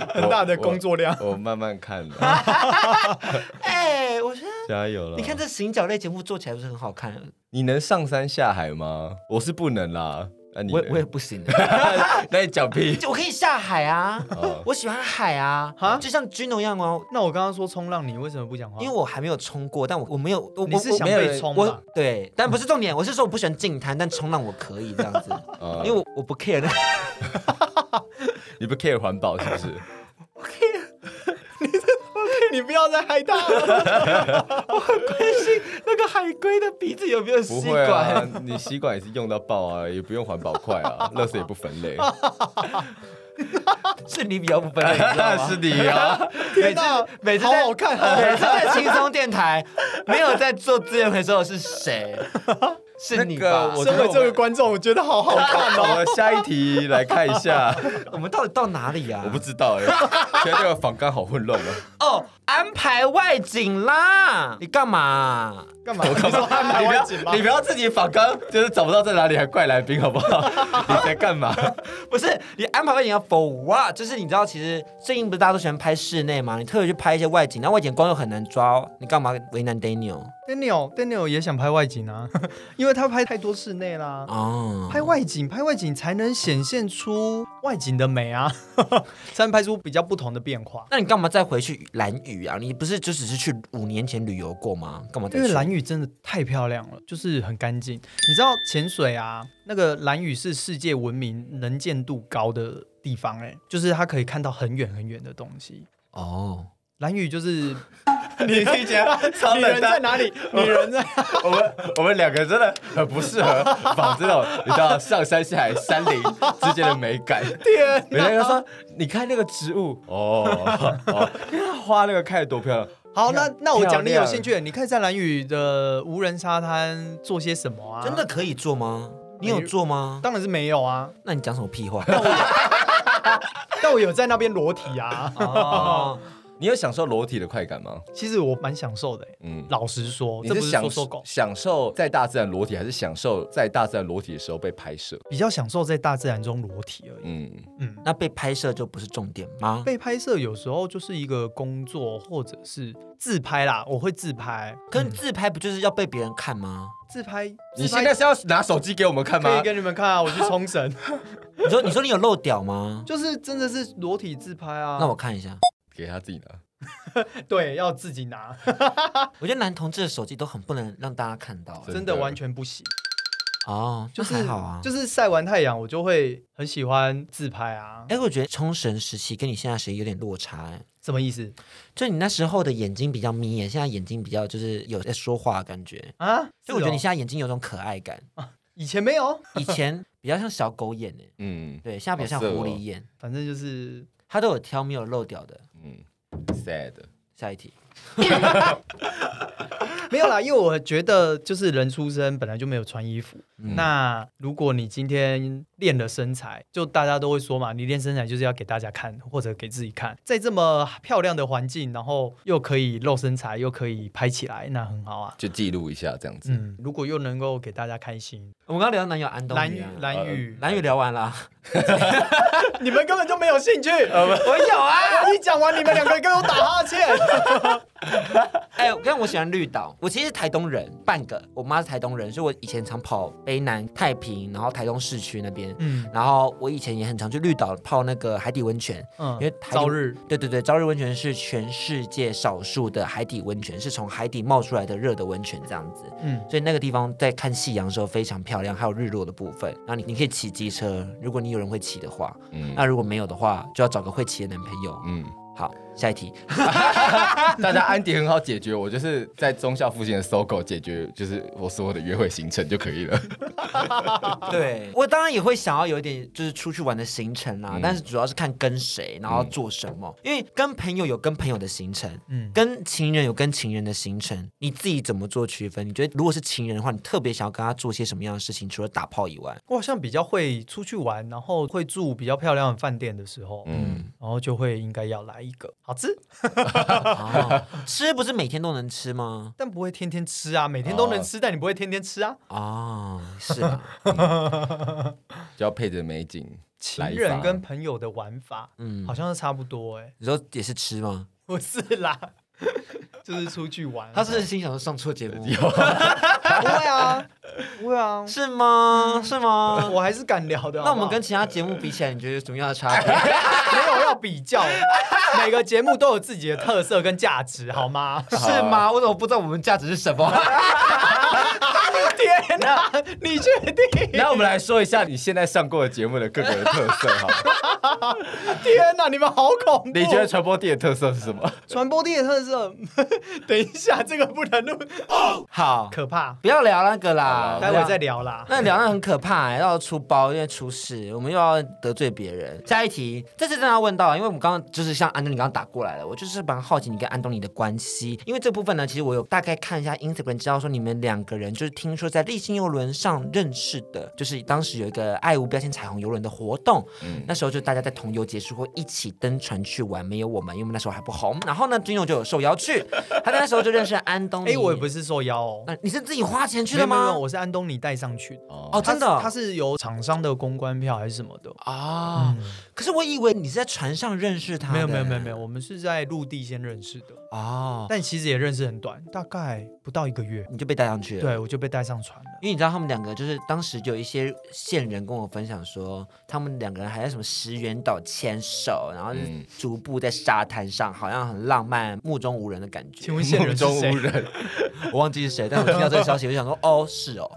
很大的工作量。
我慢慢看的，
哎、我觉得
加油了。
你看这行脚类节目做起来不是很好看，
你能上山下海吗？我是不能啦。那你
我
呢
也我也不行。
那你讲屁。
我可以下海啊
哦，
我喜欢海啊
哈，
就像 Gino 一样哦。
那我刚刚说冲浪，你为什么不讲话？
因为我还没有冲过，但我我没有，我
你是
我我
想
没有
被冲吧
我对，但不是重点，我是说我不喜欢近滩，但冲浪我可以这样 子。
呃
啊
因为我我不 care 那个，
你不 care 环保是 不是？
你不要再害他了。
那个海龟的鼻子有没有
不
吸
会啊
管？，
你吸管也是用到爆啊，也不用环保筷啊， 垃圾也不分类，
是你比较不分哎类，你知道吗
是你啊。
天哪，
每次
好
在
好看，好好啊
每
看
次在轻松电台没有在做资源回收的是谁？ 是你
那
吧
个？我
身为 这位观众，我觉得好好看。
好了，下一题来看一下，
我们到底到哪里啊呀、
我不知道 哎、欸，觉得这个访纲好混乱哦。
哦，安排外景啦！你干嘛啊、
干嘛？我干嘛？安排
你不
外
要
景吗？
你不要自己访纲，就是找不到在哪里还怪来宾好不 好？你在干嘛？
不是你安排外景要 for what？就是你知道，其实最近不是大家都喜欢拍室内嘛，你特别去拍一些外景，那外景光又很难抓，你干嘛为难 Daniel？
Daniel Daniel 也想拍外景啊，因为他拍太多室内啦。
哦，
拍外景，拍外景才能显现出外景的美啊， 才能拍出比较不同的变化。
那你干嘛再回去蓝屿啊？你不是就只是去五年前旅游过吗？干嘛再
因
去？
为蓝屿真的太漂亮了，就是很干净。你知道潜水啊，那个蓝屿是世界闻名能见度高的地方、欸，哎，就是它可以看到很远很远的东西。
哦，
蓝屿 就是
你听起来超
你人
冷
在
淡。
哪里？你人在
我们我们两个真的很不适合仿这种你知道上山下海山林之间的美感。
天
每天他说：“你看那个植物哦， 哦你看花那个开的多漂亮。
好，那那我讲你
漂
有
亮
兴趣，你可以在蓝屿的无人沙滩做些什么啊？
真的？可以做吗？你有做吗？
当然是没有啊，
那你讲什么屁话？
但我有在那边裸体啊。
哦，
你有享受裸体的快感吗？
其实我蛮享受的、欸，
嗯，
老实说，
你
这不是
享
说说狗，
享受在大自然裸体，还是享受在大自然裸体的时候被拍摄？
比较享受在大自然中裸体而已。
嗯，
嗯，
那被拍摄就不是重点吗？
被拍摄有时候就是一个工作，或者是自拍啦，我会自拍。
跟
嗯
自拍不就是要被别人看吗？
自拍，
你
自拍
现在是要拿手机给我们看
可
吗
以？给你们看啊，我去冲绳，
你说你说你有漏屌吗？
就是真的是裸体自拍啊。
那我看一下，
给他自己拿。
对要自己拿，
我觉得男同志的手机都很不能让大家看到
真的
真的完全不行。
哦，
就
就是还好啊。
就是晒完太阳，我就会很喜欢自拍啊。
哎，我觉得冲绳时期跟你现在时期有点落差哎，
什么意思
就你那时候的眼睛比较眯眼，现在眼睛比较就是有在说话的感觉，
啊？
哎所以我觉得你
是哦
现在眼睛有种可爱感，
以前没有，
以前比较像小狗眼哎，
嗯
对，现在比较像
好色哦
狐狸眼，
反正就是
他都有挑没有漏掉的。
嗯，sad。
下一题，
没有啦，因为我觉得就是人出生本来就没有穿衣服。
嗯
那如果你今天练了身材，就大家都会说嘛，你练身材就是要给大家看或者给自己看，在这么漂亮的环境，然后又可以露身材，又可以拍起来，那很好啊。
就记录一下这样子。
嗯，如果又能够给大家开心，
我们刚刚聊到男友安东
蓝
尼
雨
啊，
蓝雨，
蓝宇聊完了，啊
你们根本就没有 兴趣。
呃
我 有啊，我一讲完你们两个跟我打哈欠。
哎，我跟我喜欢绿岛，我其实是台东人，半个，我妈是台东人，所以我以前常跑北南、太平，然后台东市区那边。
嗯
然后我以前也很常去绿岛泡那个海底温泉，
嗯
因为台
朝日
对对对，朝日温泉是全世界少数的海底温泉，是从海底冒出来的热的温泉这样子。
嗯，
所以那个地方在看夕阳的时候非常漂亮，还有日落的部分。然后你你可以骑机车，如果你有人会骑的话，
嗯
那如果没有的话，就要找个会骑的男朋友。
嗯，
好，下一题，
大家安迪很好解决，我就是在中校附近的搜狗解决，就是我所有的约会行程就可以 了。
对我当然也会想要有一点就是出去玩的行程啦、
嗯
但是主要是看跟谁，然后做什么。因为跟朋友有跟朋友的行程，
嗯
嗯，跟情人有跟情人的行程，你自己怎么做区分？你觉得如果是情人的话，你特别想要跟他做些什么样的事情？除了打炮以外，
我好像比较会出去玩，然后会住比较漂亮的饭店的时候，
嗯，
然后就会应该要来一个好吃，
啊， 吃不是每天都能吃吗？
但不会天天吃啊，每天都能吃，但你不会天天吃啊。
哦， 是啊，
就要配着美景。
情人跟朋友的玩法，嗯，
嗯
好像是差不多哎、
你说也是吃吗？
不是啦，就是出去玩。
他是不是心想说上错节 目，
不会 啊，不会啊，
是吗？是吗？
我还是敢聊的
那
好不好
我们跟其他节目比起来，你觉得有什么样的差别？
没有要比较，每个节目都有自己的特色跟价值，好吗？
是吗？我怎么不知道我们价值是什么？
天哪，你确定？
那我们来说一下你现在上过的节目的各个的特色哈。
天哪，你们好恐怖！哦
你觉得传播地的特色是什么？
传播地的特色？ 等一下，这个不能录，
好，
可怕，
不要聊那个啦，
待会再。聊啦。
那聊那很可怕、欸，要出包，因为出事，我们又要得罪别人。下一题，这次真的要问到，因为我们刚刚就是像安东尼刚刚打过来了，我就是蛮好奇你跟安东尼的关系，因为这部分呢，其实我有大概看一下 Instagram，知道说你们两个人就是听说在立新游轮上认识的，就是当时有一个爱无标签彩虹游轮的活动，那时候就大家在同游结束后一起登船去玩，没有我们，因为我们那时候还不红。然后呢，君勇就有受邀去，他在那时候就认识了安东尼。
哎，我也不
是，
是受邀哦，
那你是自己花钱去
没有
的
没有没有
吗？
我是安东尼带上去的。啊
哦，
哦，
真的
他是他是有厂商的公关票还是什么的？
啊、可是我以为你是在船上认识他的。
没有没有没有没有，我们是在陆地先认识的，
哦，
但其实也认识很短，大概不到一个月，
你就被带上去了。
对我就被带上船了。
因为你知道他们两个就是当时就有一些线人跟我分享说，他们两个人还在什么石原岛牵手，然后就是
嗯
逐步在沙滩上，好像很浪漫、目中无人的感觉
请。问线人
目
是
中
谁
无？人，
我忘记是谁，但我听到这个消息，我就想说，哦，是 哦。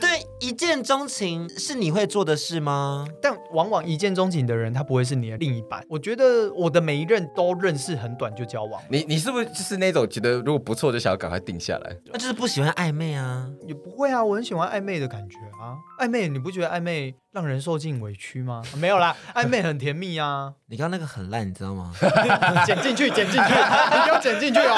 对，一见钟情是你会做的事吗？
但往往一见钟情的人，他不会是你的另一半。我觉得我的每一任都认识很短就交往，
你你是不是就是那种觉得如果不错就想要赶快定下来？
那就是不喜欢暧昧啊。
也不会啊，我很喜欢暧昧的感觉啊。暧昧，你不觉得暧昧让人受尽委屈吗？没有啦，暧昧很甜蜜啊。
你刚刚那个很烂，你知道吗？
剪进去，剪进去，你给我剪进去哦！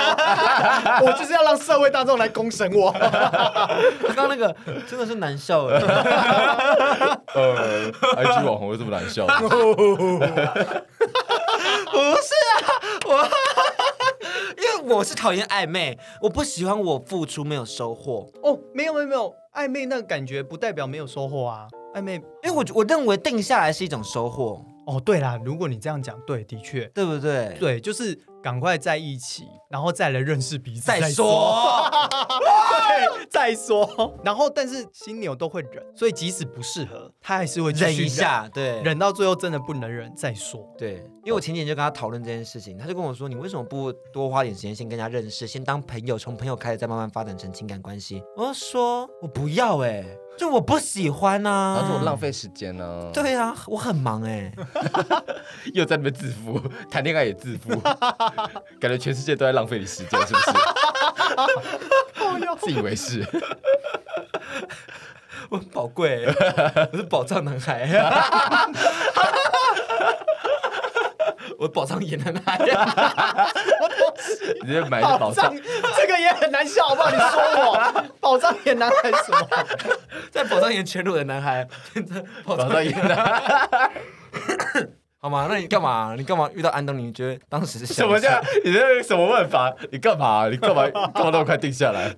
我就是要让社会大众来公审我。
刚刚那个真的是难笑欸了。
呃，IG 网红会这么 难笑？
因为我是讨厌暧昧，我不喜欢我付出没有收获。
哦，没有没有没有，暧昧那个感觉不代表没有收获啊。暧昧，
因为我我认为定下来是一种收获，
哦对啦，如果你这样讲，对，的确，
对不对？，
对，就是赶快在一起，然后再来认识彼此，
再
说，
说。
对，再说。然后，但是新牛都会忍，所以即使不适合，他还是会继续
忍一，下，对，
忍到最后真的不能忍再说。
对，因为我前几天就跟他讨论这件事情，他就跟我说：“你为什么不多花点时间先跟人家认识，先当朋友，从朋友开始，再慢慢发展成情感关系？”我就说：“我不要哎、就我不喜欢
然后这
啊
种。浪费时间 呢？，
对啊，我很忙哎、
又在那边自负，谈恋爱也自 负，感觉全世界都在浪费你时间，是不是？自以为是，
我很宝贵、欸，我是宝藏男孩、我宝藏野男孩、
你在买的宝藏，
这个也很难笑，好不好？你说我宝藏也难还是什么？
在宝藏岩全裸的男孩，变成宝
宝
藏
藏
岩
也难。
好吗？那你干嘛？你干嘛遇到安东尼？你觉得当时是
什么
叫？
叫你这什么问法？你干嘛？你干 嘛？干嘛那么快定下来？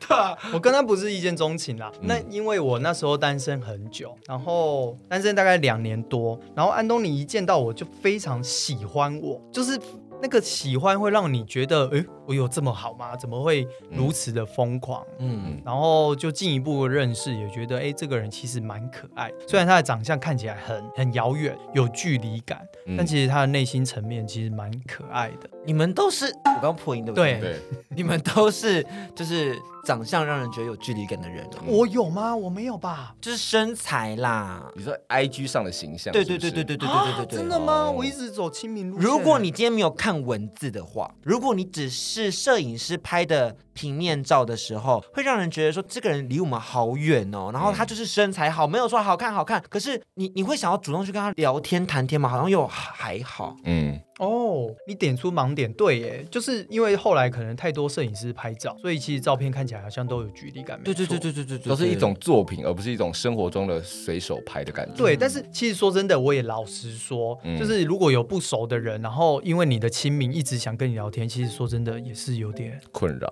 我跟他不是一见钟情啦，那因为我那时候单身很久，然后单身大概两年多，然后安东尼一见到我就非常喜欢我，就是那个喜欢会让你觉得，诶，我有这么好吗？怎么会如此的疯狂？
嗯，
然后就进一步认识，也觉得哎，诶这个人其实蛮可爱。虽然他的长相看起来很很遥远，有距离感，
嗯
但其实他的内心层面其实蛮可爱的。
你们都是我刚破音对不对？
对，
你们都是就是长相让人觉得有距离感的人哦，
我有吗？我没有吧？
就是身材啦。
你说 I G 上的形象，
对对对对对对对对对，
真的吗？
哦
我一直走亲民路线。
如果你今天没有看文字的话，如果你只是摄影师拍的平面照的时候，会让人觉得说这个人离我们好远哦。然后他就是身材好，没有说好看好看，可是你你会想要主动去跟他聊天谈天吗？好像又还好。
嗯，
哦，你点出盲点，对耶，就是因为后来可能太多摄影师拍照，所以其实照片看起来好像都有距离感。
对对对
没
对
错。
对对对，
都是一种作品，而不是一种生活中的随手拍的感觉。
对，但是其实说真的，我也老实说，
嗯
就是如果有不熟的人，然后因为你的亲民一直想跟你聊天，其实说真的也是有点，
困扰。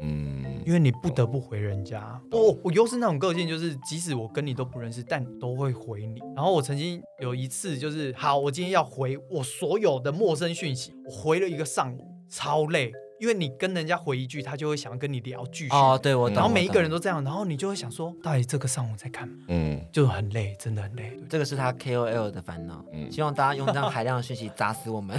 嗯，
因为你不得不回人家。哦，我又是那种个性，就是即使我跟你都不认识，但都会回你。然后我曾经有一次就是，好，我今天要回我所有的陌生讯息，我回了一个上午，超累，因为你跟人家回一句，他就会想要跟你聊继续。
哦，对我懂。
然后每一
我懂
个人都这样，然后你就会想说，到底这个上午在干嘛？
嗯，
就很累，真的很累。对
这个是他 KOL 的烦恼，
嗯
希望大家用这样海量的讯息砸死 我们。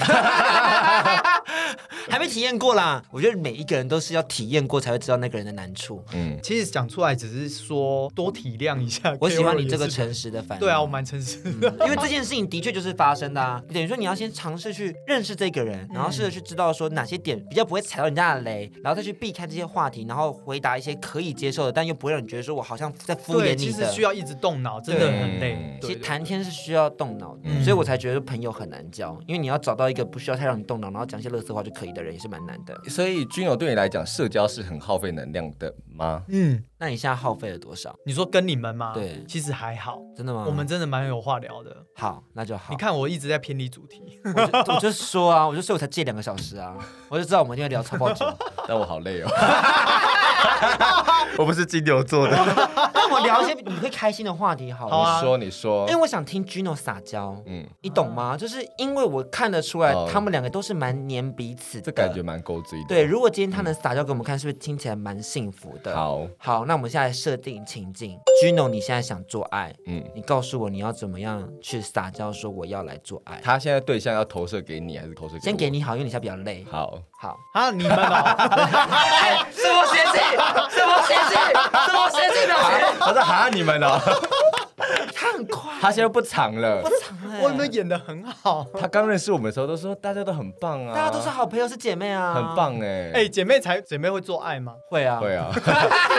还没体验过啦，我觉得每一个人都是要体验过才会知道那个人的难处。
嗯，
其实讲出来只是说多体谅一下。
我喜欢你这个嗯
Carol 也是
诚实的烦恼。
对啊，我蛮诚实的。
因为这件事情的确就是发生的啊，等于说你要先尝试去认识这个人，然后试
嗯
着去知道说哪些点比较不会踩到人家的雷，然后再去避开这些话题，然后回答一些可以接受的，但又不会让你觉得说我好像在敷衍
对，
你
其
的。
实需要一直动脑，真的
对
很累
嗯。
对
其实
对
谈天是需要动脑的，
嗯
所以我才觉得朋友很难交，因为你要找到一个不需要太让你动脑，然后讲一些乐色话话就可以的人也是蛮难的。
所以君友对你来讲，社交是很耗费能量的 吗？
嗯，
那你现在耗费了多少？
你说跟你们吗？
对
其实还好，
真的吗？
我们真的蛮有话聊的。
好，那就好。
你，看我一直在偏离主题，
我就我就说啊，我就说我才借两个小时啊，我就知道我们一定会聊超爆久。
但我好累哦。我不是金牛 座的。
但我聊一些你会开心的话题好了，
好啊
你说，你说
因为。我想听 Gino 撒娇。
嗯，
你懂吗？就是因为我看得出来
哦，
他们两个都是蛮黏彼此的，
这感觉蛮勾追的。
对，，如果今天他能撒娇给我们看，是不是听起来蛮幸福的？，
好，
好，那我们现在设定情境，Gino，你现在想做爱，
嗯，
你告诉我你要怎么样去撒娇，说我要来做爱。
他现在对象要投射给你还是投射给？
先给。你好，因为你现在比较累。
好，
好，
啊，你 们哦，
什么邪气？什么邪气？什么邪气的？
他在喊你们 哦，
他很快，哎
他现在不藏了。
我们演的很好。
他刚认识我们的时候都说大家都很棒啊，
大家都是好朋友，是姐妹啊，
很。棒哎。
哎，姐妹才姐妹会做爱吗？
会啊，
对啊，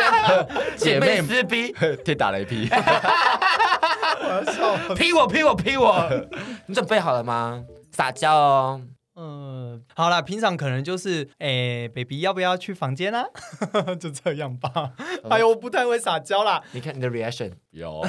姐
姐妹
妹撕逼，
天打 雷劈。
我要笑了。
劈我，劈我，劈我。 你准备好了吗？撒娇哦。
嗯，好啦，平常可能就是，哎、b a b y 要不要去房间啊？ 就这样吧。哎呦，我不太会撒娇啦。
你看你的 reaction，
有，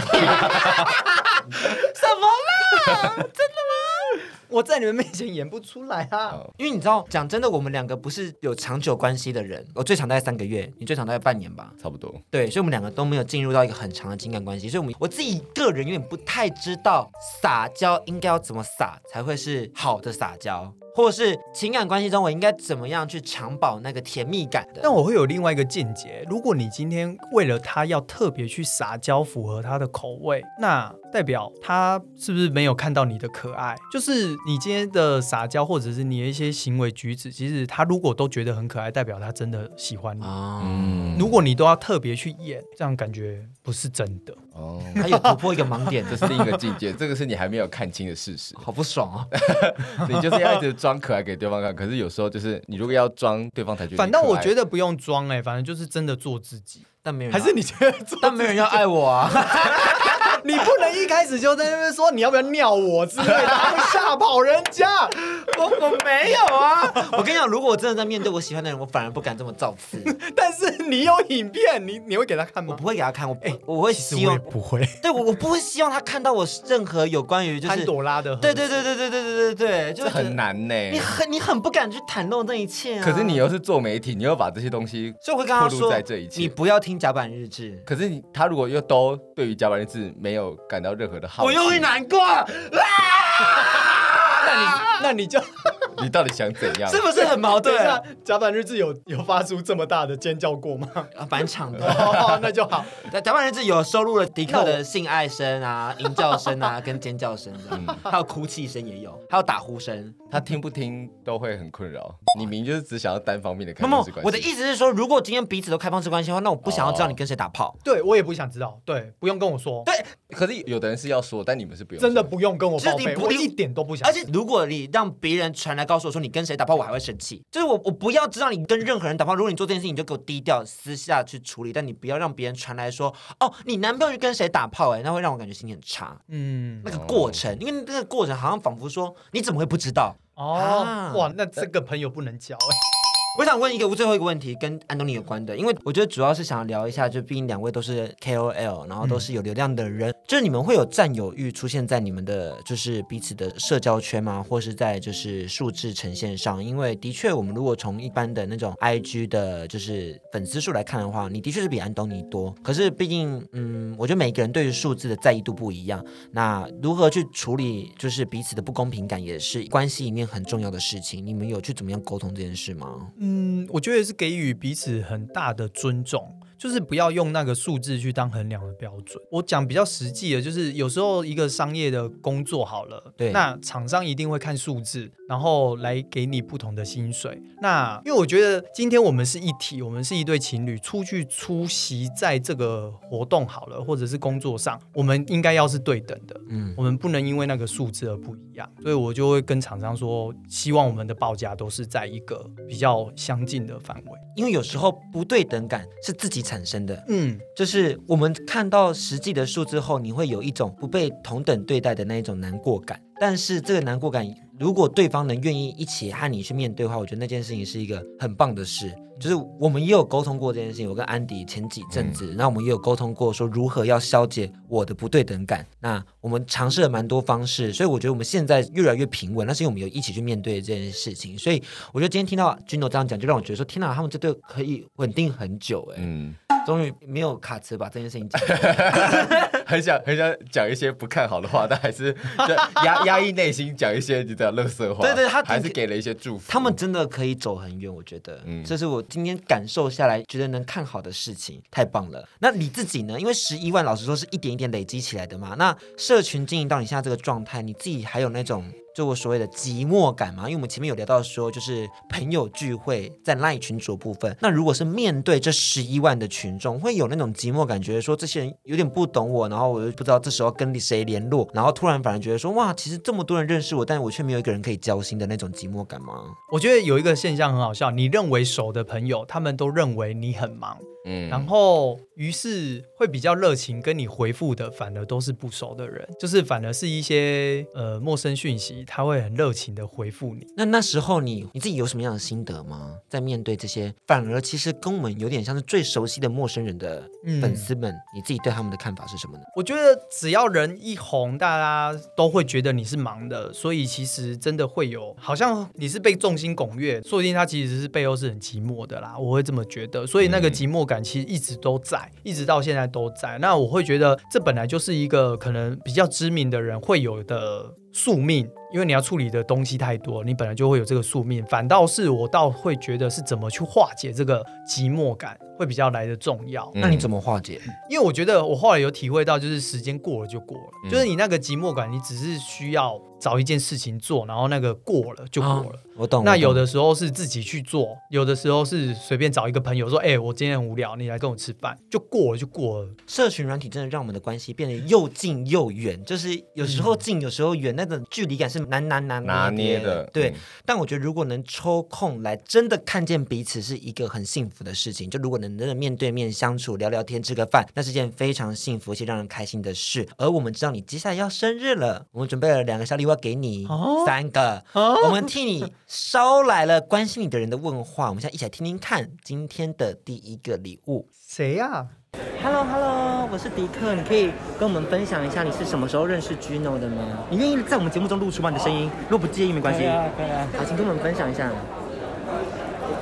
什么啦？ 真的吗？ 我在你们面前演不出来啊。
因为你知道，讲真的，我们两个不是有长久关系的人，我最长大概三个月，你最长大概半年吧。
差不多。
对，所以我们两个都没有进入到一个很长的情感关系，所以我们我自己个人有点不太知道撒娇应该要怎么撒才会是好的撒娇，或者是情感关系中我应该怎么样去长保那个甜蜜感的。
但我会有另外一个见解，如果你今天为了他要特别去撒娇，符合他的口味，那代表他是不是没有看到你的可爱？就是你今天的撒娇，或者是你的一些行为举止，其实他如果都觉得很可爱，代表他真的喜欢你。
啊，
嗯，
如果你都要特别去演，这样感觉不是真的。
哦，
还有突破一个盲点，
这是另一个境界，这个是你还没有看清的事实。
好不爽哦。
你就是要一直装可爱给对方看，可是有时候就是你如果要装，对方才觉得。
反倒我觉
得，
得不用装哎、反正就是真的做自己。
但没有人
还
要
是你觉得做，
但没有人要爱我啊！
你不能一开始就在那边说你要不要尿我之 类的，会吓跑人家。
我我没有啊！我跟你讲，如果我真的在面对我喜欢的人，我反而不敢这么造次，
但是你有影片，你你会给他看
我
吗？
不会给他看，我
哎
我我会希望，
会，
对我我不会希望他看到我任何有关于就是
潘多拉的盒子，
对对对对对对对对对，就
这
会觉得
很。难呢。
你很你很不敢去袒露那一切啊。
可是你，又是做媒体，你又把这些东西，
所以我会跟他
透露
说
在这一，切
你不要听甲板日志，
可是你他如果又都对于甲板日志没有感到任何的好奇，
我又会难过，啊
那你那你就
你到底想怎样？
是不是很矛
等
盾
一？
啊
下，啊甲板日志有有发出这么大的尖叫过吗？
啊，蛮长 的。
哦，那就好。
甲甲板日志有收录了迪克的性爱声 啊、吟叫声啊、跟尖叫声这
嗯
样，还有哭泣声也有，还有打呼声。
他听不听都会很困扰。你明明就是只想要单方面的开
那
放
么
式关系。哦
我的意思是说，如果今天彼此都开放式关系的话，那我不想要知道你跟谁打炮。
对我也不想知道，对，不用跟我说，
可是有的人是要说，但你们是不用说
真的不用跟我报
就是你
备，
不
我
你
一点都不想
而
知
且
道。，
如果你让别人传来告诉我说你跟谁打炮，我还会生气。就是我，我不要知道你跟任何人打炮。如果你做这件事情，你就给我低调，私下去处理。但你不要让别人传来说，哦，你男朋友去跟谁打炮、欸，哎，那会让我感觉心情很差。
嗯
那，个过程，因为那个过程好像仿佛说，你怎么会不知道？
哦
啊，
哇，那这个朋友不能交哎。
我想问一个最后一个问题，跟安东尼有关的，因为我觉得主要是想要聊一下，就毕竟两位都是 KOL，然后都是有流量的人，就是你们会有占有欲出现在你们的就是彼此的社交圈吗？或是在就是数字呈现上？因为的确，我们如果从一般的那种 IG 的就是粉丝数来看的话，你的确是比安东尼多，可是毕竟，嗯，我觉得每个人对于数字的在意度不一样，那如何去处理就是彼此的不公平感，也是关系里面很重要的事情。你们有去怎么样沟通这件事吗？
嗯，我觉得是给予彼此很大的尊重，就是不要用那个数字去当衡量的标准。我讲比较实际的，就是有时候一个商业的工作好了，
对
那厂商一定会看数字，然后来给你不同的薪水。那因为我觉得今天我们是一体，我们是一对情侣，出去出席在这个活动好了，或者是工作上，我们应该要是对等的。
嗯，
我们不能因为那个数字而不一样，所以我就会跟厂商说，希望我们的报价都是在一个比较相近的范围。
因为有时候不对等感是自己产生的，
嗯，
就是我们看到实际的数字后，你会有一种不被同等对待的那一种难过感。但是这个难过感，如果对方能愿意一起和你去面对的话，我觉得那件事情是一个很棒的事。就是我们也有沟通过这件事情，我跟安迪前几阵子，那、我们也有沟通过说如何要消解我的不对等感。那我们尝试了蛮多方式，所以我觉得我们现在越来越平稳。那是因为我们有一起去面对这件事情，所以我觉得今天听到 Gino 这样讲，就让我觉得说天哪，他们这对可以稳定很久哎、
嗯，
终于没有卡词把这件事情讲。
很想很想讲一些不看好的话，但还是就压压抑内心讲一些你的乐色话。
对对他
还是给了一些祝福。
他们真的可以走很远，我觉得，
嗯
这是我今天感受下来觉得能看好的事情，太棒了。那你自己呢？因为十一万，老实说是一点一点累积起来的嘛。那社群经营到你现在这个状态，你自己还有那种就我所谓的寂寞感吗？因为我们前面有聊到说，就是朋友聚会在赖群组部分，那如果是面对这十一万的群众，会有那种寂寞感觉，说这些人有点不懂我，然后我又不知道这时候跟谁联络，然后突然反而觉得说，哇，其实这么多人认识我，但我却没有一个人可以交心的那种寂寞感吗？
我觉得有一个现象很好笑，你认为熟的朋友，他们都认为你很忙，
嗯
然后于是会比较热情跟你回复的，反而都是不熟的人，就是反而是一些呃陌生讯息，他会很热情的回复你。
那那时候你你自己有什么样的心得吗？在面对这些反而其实跟我们有点像是最熟悉的陌生人的
嗯
粉丝们，你自己对他们的看法是什么呢？
我觉得只要人一红，大家都会觉得你是忙的，所以其实真的会有，好像你是被众星拱月，说不定他其实是背后是很寂寞的啦，我会这么觉得。所以那个寂寞感其实一直都在，一直到现在都在。那我会觉得这本来就是一个可能比较知名的人会有的宿命。因为你要处理的东西太多，你本来就会有这个宿命。反倒是我倒会觉得是怎么去化解这个寂寞感，会比较来的重要。
嗯
那你怎么化解？
因为我觉得我后来有体会到，就是时间过了就过了，就是你那个寂寞感，你只是需要找一件事情做，然后那个过了就过了。
哦我懂。
那
我懂
有的时候是自己去做，有的时候是随便找一个朋友说：“哎、我今天很无聊，你来跟我吃饭。”就过了就过了。
社群软体真的让我们的关系变得又近又远，就是有时候近，有时候远，那种距离感是难难难
拿捏的
对，
嗯
但我觉得如果能抽空来真的看见彼此，是一个很幸福的事情。就如果能真的面对面相处，聊聊天，吃个饭，那是件非常幸福且让人开心的事。而我们知道你接下来要生日了，我们准备了两个小礼物要给你，
哦
三个，我们替你捎来了关心你的人的问话。我们现在一起来听听看今天的第一个礼物。
谁呀、
Hello Hello，我是迪克，你可以跟我们分享一下你是什么时候认识 Gino 的吗？你愿意在我们节目中露出吗？你的声音，如果不介意没关系。
可以啊。
好，请跟我们分享一下。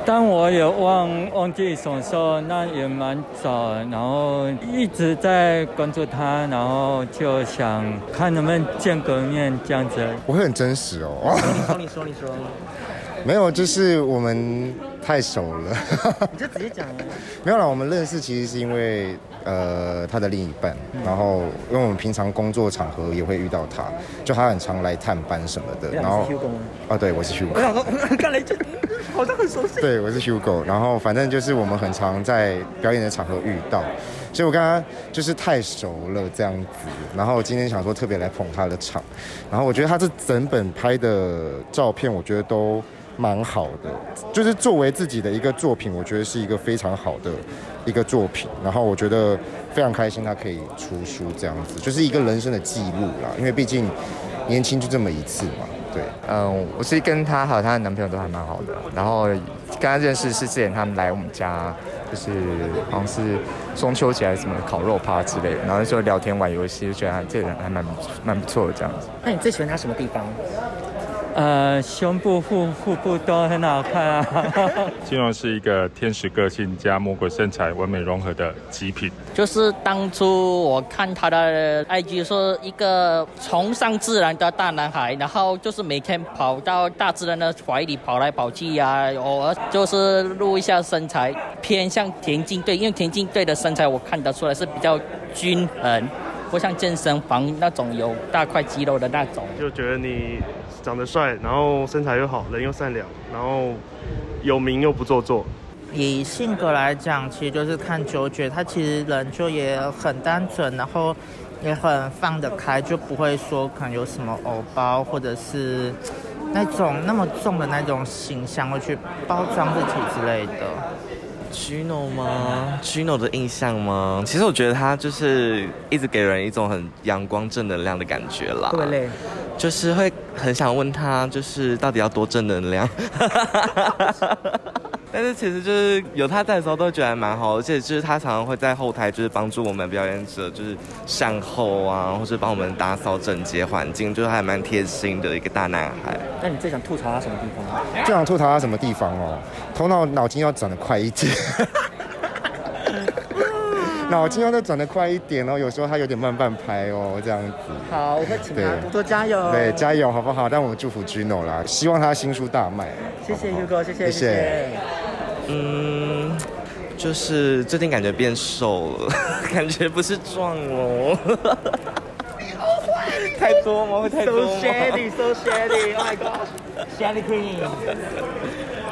但我也忘忘记什么时候，那也蛮早，然后一直在关注他，然后就想看能不能见个面这样子。
我会很真实哦，
你说，你说，你说，
没有，就是我们太熟了，
你就直接讲啊。
没有啦，我们认识其实是因为呃他的另一半，然后因为我们平常工作场合也会遇到他，就他很常来探班什么的，然后
你是 Hugo 吗？
呃
啊对，我是 Hugo，
我想说，看来这好像很熟悉。
对，我是 Hugo，然后反正就是我们很常在表演的场合遇到，所以我跟他就是太熟了这样子。然后我今天想说特别来捧他的场，然后我觉得他这整本拍的照片，我觉得都蛮好的，就是作为自己的一个作品，我觉得是一个非常好的一个作品。然后我觉得非常开心，他可以出书这样子，就是一个人生的记录啦，因为毕竟年轻就这么一次嘛，对。
嗯，我是跟她还有她的男朋友都还蛮好的，然后跟她认识是之前他们来我们家，就是好像是中秋节还是什么烤肉趴之类的，然后就聊天玩游戏，就觉得她这人还蛮不蛮不错的这样子。
哎那你最喜欢他什么地方？
呃，胸部、腹腹部都很好看啊。
金融是一个天使个性加魔鬼身材完美融合的极品。
就是当初我看他的 IG 说一个崇尚自然的大男孩，然后就是每天跑到大自然的怀里跑来跑去呀、啊偶尔就是露一下身材，偏向田径队，因为田径队的身材我看得出来是比较均衡，不像健身房那种有大块肌肉的那种。
就觉得你长得帅，然后身材又好，人又善良，然后有名又不做作。
以性格来讲，其实就是看九九，他其实人就也很单纯，然后也很放得开，就不会说可能有什么偶包或者是那种那么重的那种形象会去包装自己之类的。
Gino 吗？Gino 的印象吗？其实我觉得他就是一直给人一种很阳光、正能量的感觉啦。
会不会累？
就是会很想问他，就是到底要多正能量？ 但是其实就是有他在的时候，都觉得还蛮好，而且就是他常常会在后台就是帮助我们表演者，就是善后啊，或是帮我们打扫整洁环境，就是还蛮贴心的一个大男孩。
那你最想吐槽他什么地方？
最想吐槽他什么地方哦？头脑脑筋要转得快一点，脑筋要再转得快一点哦。有时候他有点慢半拍哦，这样子。
好，我会请他
对
多多加油。
对，加油好不好？但我祝福 Gino 啦，希望他新书大卖。
谢谢 Hugo，谢谢
谢谢
谢谢。
嗯，就是最近感觉变瘦了， 感觉不是壮哦。 太多吗？会太多
So
吗
shady，so shady，Oh my god，shady queen。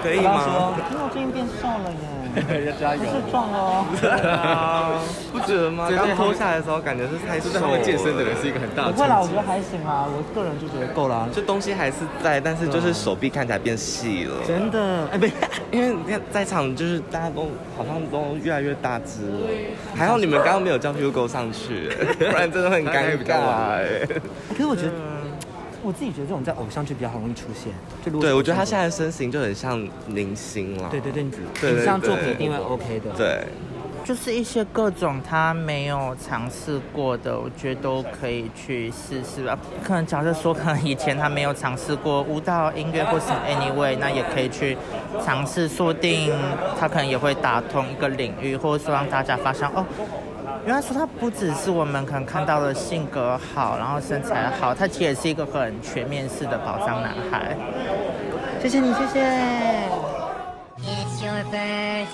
可以吗？
因为我最近变瘦了耶，
要加油
不是壮 哦。
不觉得吗？
这
刚
对他们
脱下来的时候感觉是太瘦
这对他们健身的人是一个很
不会啦，我觉得还行啊，我个人就觉得够啦。
就东西还是在，但是就是手臂看起来变细了。
真的，哎，不，
因为你看在场就是大家都好像都越来越大只了，还好你们刚刚没有叫 Hugo 上 去，不然真的很尴尬。哎
可是我觉得，我自己觉得这种在偶像剧比较好容易出现。就如果
对，我觉得他现在身形就很像明星了。
对对对你
对对
你这样
对
作品一定会 OK 的
对，
就是一些各种他没有尝试过的，我觉得都可以去试试吧。可能假设说，可能以前他没有尝试过舞蹈、音乐或是 anyway，那也可以去尝试，说不定他可能也会打通一个领域，或者说让大家发现哦。原来说他不只是我们可能看到的性格好，然后身材好，他其实也是一个很全面式的宝藏男孩。
谢谢你，谢谢。
It's your birthday.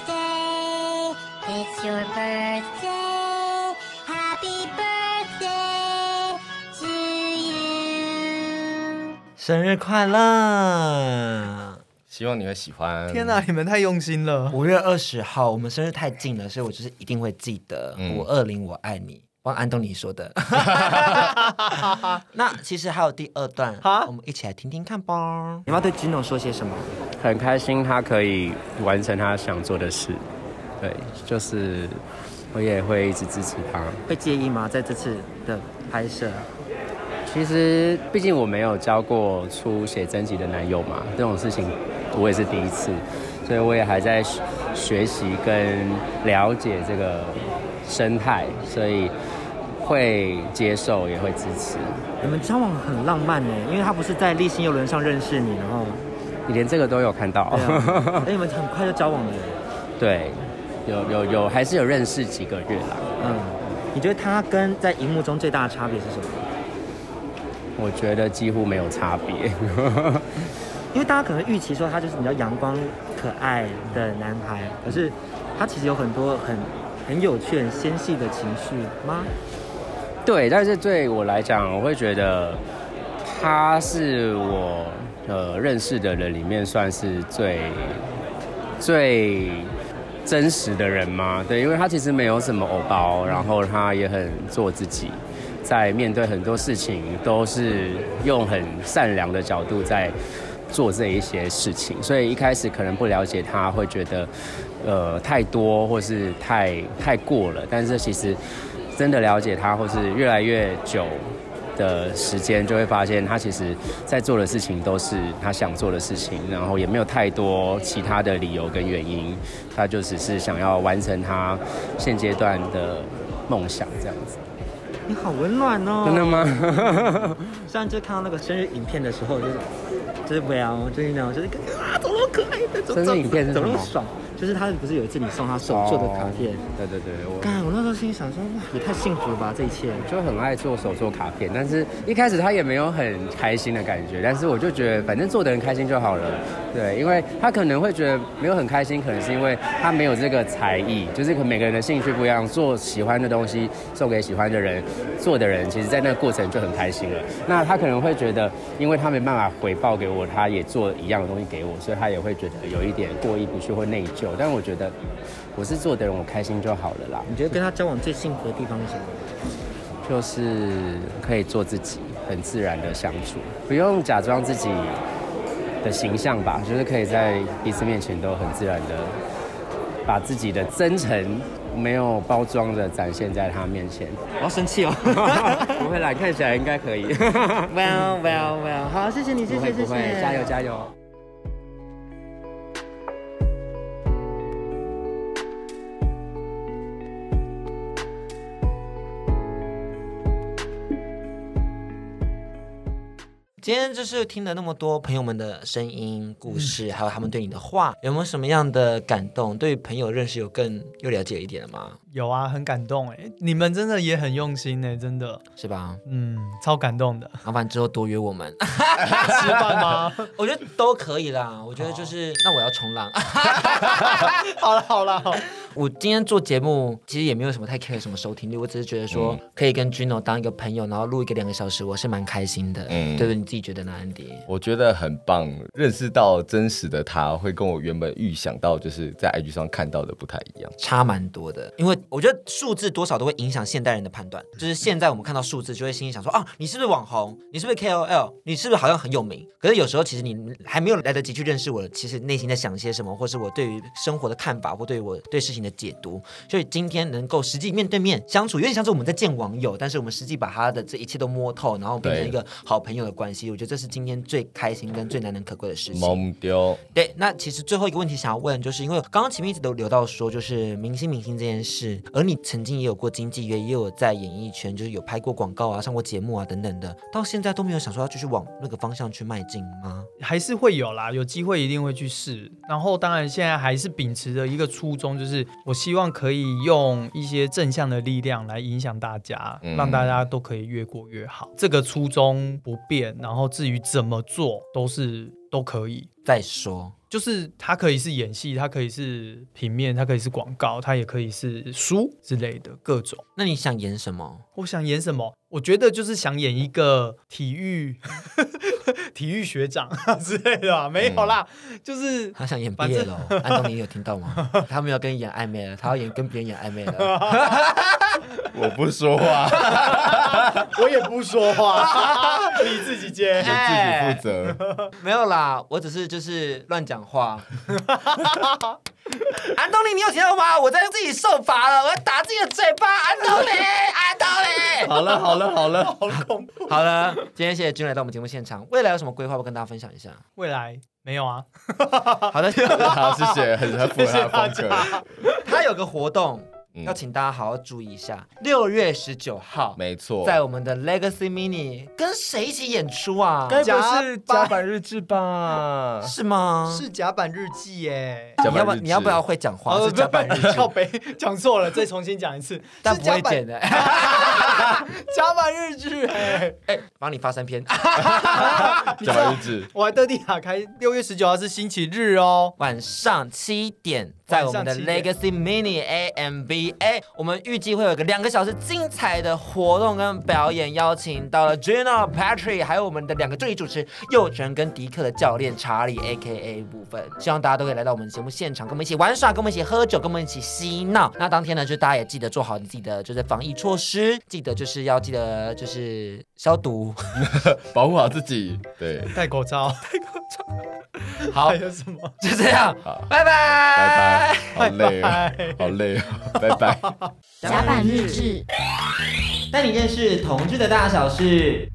It's your birthday. Happy birthday to you.
生日快乐！
希望你会喜欢。
天哪、！你们太用心了！
五月二十号，我们生日太近了，所以我就是一定会记得
嗯
五二零我爱你。王安东尼说 的。那其实还有第二段，我们一起来听听看吧。
你要对 Gino 说些什么？很开心他可以完成他想做的事，对，就是我也会一直支持他。
会介意吗？在这次的拍摄，
其实，毕竟我没有交过出写真集的男友嘛，这种事情我也是第一次，所以我也还在学学习跟了解这个生态，所以会接受也会支持。
你们交往很浪漫呢，欸因为他不是在立新游轮上认识你，然后
你连这个都有看到，
对 啊，哎，你们很快就交往了耶。
对，有有有，还是有认识几个月啦。
嗯，你觉得他跟在荧幕中最大的差别是什么？
我觉得几乎没有差别。
因为大家可能预期说他就是比较阳光、可爱的男孩，可是他其实有很多很很有趣、很纤细的情绪吗？
对，但是对我来讲，我会觉得他是我呃认识的人里面算是最最真实的人嘛。对，因为他其实没有什么偶包，然后他也很做自己，在面对很多事情都是用很善良的角度在。做这一些事情，所以一开始可能不了解他，会觉得，呃，太多或是太太过了。但是其实真的了解他，或是越来越久的时间，就会发现他其实在做的事情都是他想做的事情，然后也没有太多其他的理由跟原因，他就只是想要完成他现阶段的梦想这样子。
你好温暖哦！
真 的？吗？
虽然就看到那个生日影片的时候，就是就是不要，就是那种就是啊，怎么那么可爱的，怎么
生日影片是
怎么那么
什么
爽？就是他不是有一次你送他手做的卡片，
对对对，我
干、我那时候心里想说，哇，也太幸福了吧，这一切。
就很爱做手做卡片，但是一开始他也没有很开心的感觉，但是我就觉得反正做的人开心就好了，对，因为他可能会觉得没有很开心，可能是因为他没有这个才艺，就是可能每个人的兴趣不一样，做喜欢的东西送给喜欢的人，做的人其实在那个过程就很开心了。那他可能会觉得，因为他没办法回报给我，他也做一样的东西给我，所以他也会觉得有一点过意不去或内疚。但我觉得我是做的人，我开心就好了啦。
你觉得跟他交往最幸福的地方是什么？
就是可以做自己，很自然的相处，不用假装自己的形象吧，就是可以在彼此面前都很自然的
把自己的真诚没有包装的展现在他面前。 我要生气哦，不会啦，看起来应该可以。
Well well well，好，谢谢你，谢
不
谢
会
谢
不会
谢，，
加油加油！
今天就是听了那么多朋友们的声音、故事，
嗯
还有他们对你的话，有没有什么样的感动？对朋友认识有更又了解一点了吗？
有啊，很感动哎，你们真的也很用心哎，真的，
是吧？
嗯，超感动 的。
麻烦之后多约我们
吃饭吗？
我觉得都可以啦。我觉得就是，哦那我要冲浪。
好了好了，
我今天做节目其实也没有什么太 care 什么收听率，我只是觉得说可以跟 Gino 当一个朋友，然后录一个两个小时，我是蛮开心的。嗯，
嗯
对不对？你自己觉得呢，安迪？
我觉得很棒，认识到真实的他，会跟我原本预想到就是在 IG 上看到的不太一样，
差蛮多的。因为我觉得数字多少都会影响现代人的判断，就是现在我们看到数字就会心里想说啊，你是不是网红？你是不是 KOL？你是不是好像很有名？可是有时候其实你还没有来得及去认识我，其实内心在想些什么，或是我对于生活的看法，或对于我对事情的解读。所以今天能够实际面对面相处，有点像是我们在见网友，但是我们实际把他的这一切都摸透，然后变成
对
一个好朋友的关系。我觉得这是今天最开心跟最难能可贵的事情。
懵丢。
对，那其实最后一个问题想要问，就是因为刚刚前面一直都聊到说，就是明星明星这件事，而你曾经也有过经纪约，也有在演艺圈，就是有拍过广告啊、上过节目啊等等的，到现在都没有想说要继续往那个方向去迈进吗？
还是会有啦，有机会一定会去试。然后当然现在还是秉持着一个初衷，就是我希望可以用一些正向的力量来影响大家，
嗯
让大家都可以越过越好。这个初衷不变，然后至于怎么做都是都可以。
再说，
就是它可以是演戏，它可以是平面，它可以是广告，它也可以是书之类的各种。
那你想演什么？
我想演什么？我觉得就是想演一个体育 体育学长啊之类的吧，没有啦，就是
嗯他想演毕
反
业
正
了，哦安东尼有听到吗？他没有跟你演暧昧了，他要演跟别人演暧昧了。
我不说话，
我也不说话， 你自己接，哎
你自己负责。
没有啦，我只是就是乱讲话。 安东尼，你有听到吗？我在自己受罚了，我要打自己的嘴巴。安 东尼，安东尼。
好了好了好了，
好恐怖。
好了，今天谢谢君来到我们节目现场。未来有什么规划，会跟大家分享一下。
未来没有啊，
好的，
好，谢谢，很很符合他的
谢谢
风
大
格。
他有个活动，
嗯
要请大家好好注意一下。六月十九号，
没错，
在我们的 Legacy Mini 跟谁一起演出啊？
该不是甲板日志吧？
是吗？
是甲板日记 耶。
甲板
你要不
日
要
志
你要不要会讲话？
哦
是甲板日
不
志
不， 靠北讲错了，再重新讲一次。
但
是
不会
甲 板
剪的。
甲板日志哎，
哎，帮你发三篇。
甲板日志，
我还特地打开，六月十九号是星期日哦。
晚上七点，在我们的
晚上
Legacy Mini AMBA，我哎们预计会有一个两个小时精彩的活动跟表演，邀请到了 Gina Patrick，还有我们的两个助理主持佑成跟迪克的教练查理 AKA 部分，希望大家都可以来到我们节目现场，跟我们一起玩耍，跟我们一起喝酒，跟我们一起嬉闹。那当天呢，就大家也记得做好你自己的就是防疫措施，记得就是要记得就是消毒。
保护好自己。对，
戴口罩，
哦好
还，有什么？
就这样，
好，
拜
拜
拜。
拜，好累哦，
哎拜拜
好累哦，拜拜。
甲板日志，带你认识同志的大小事。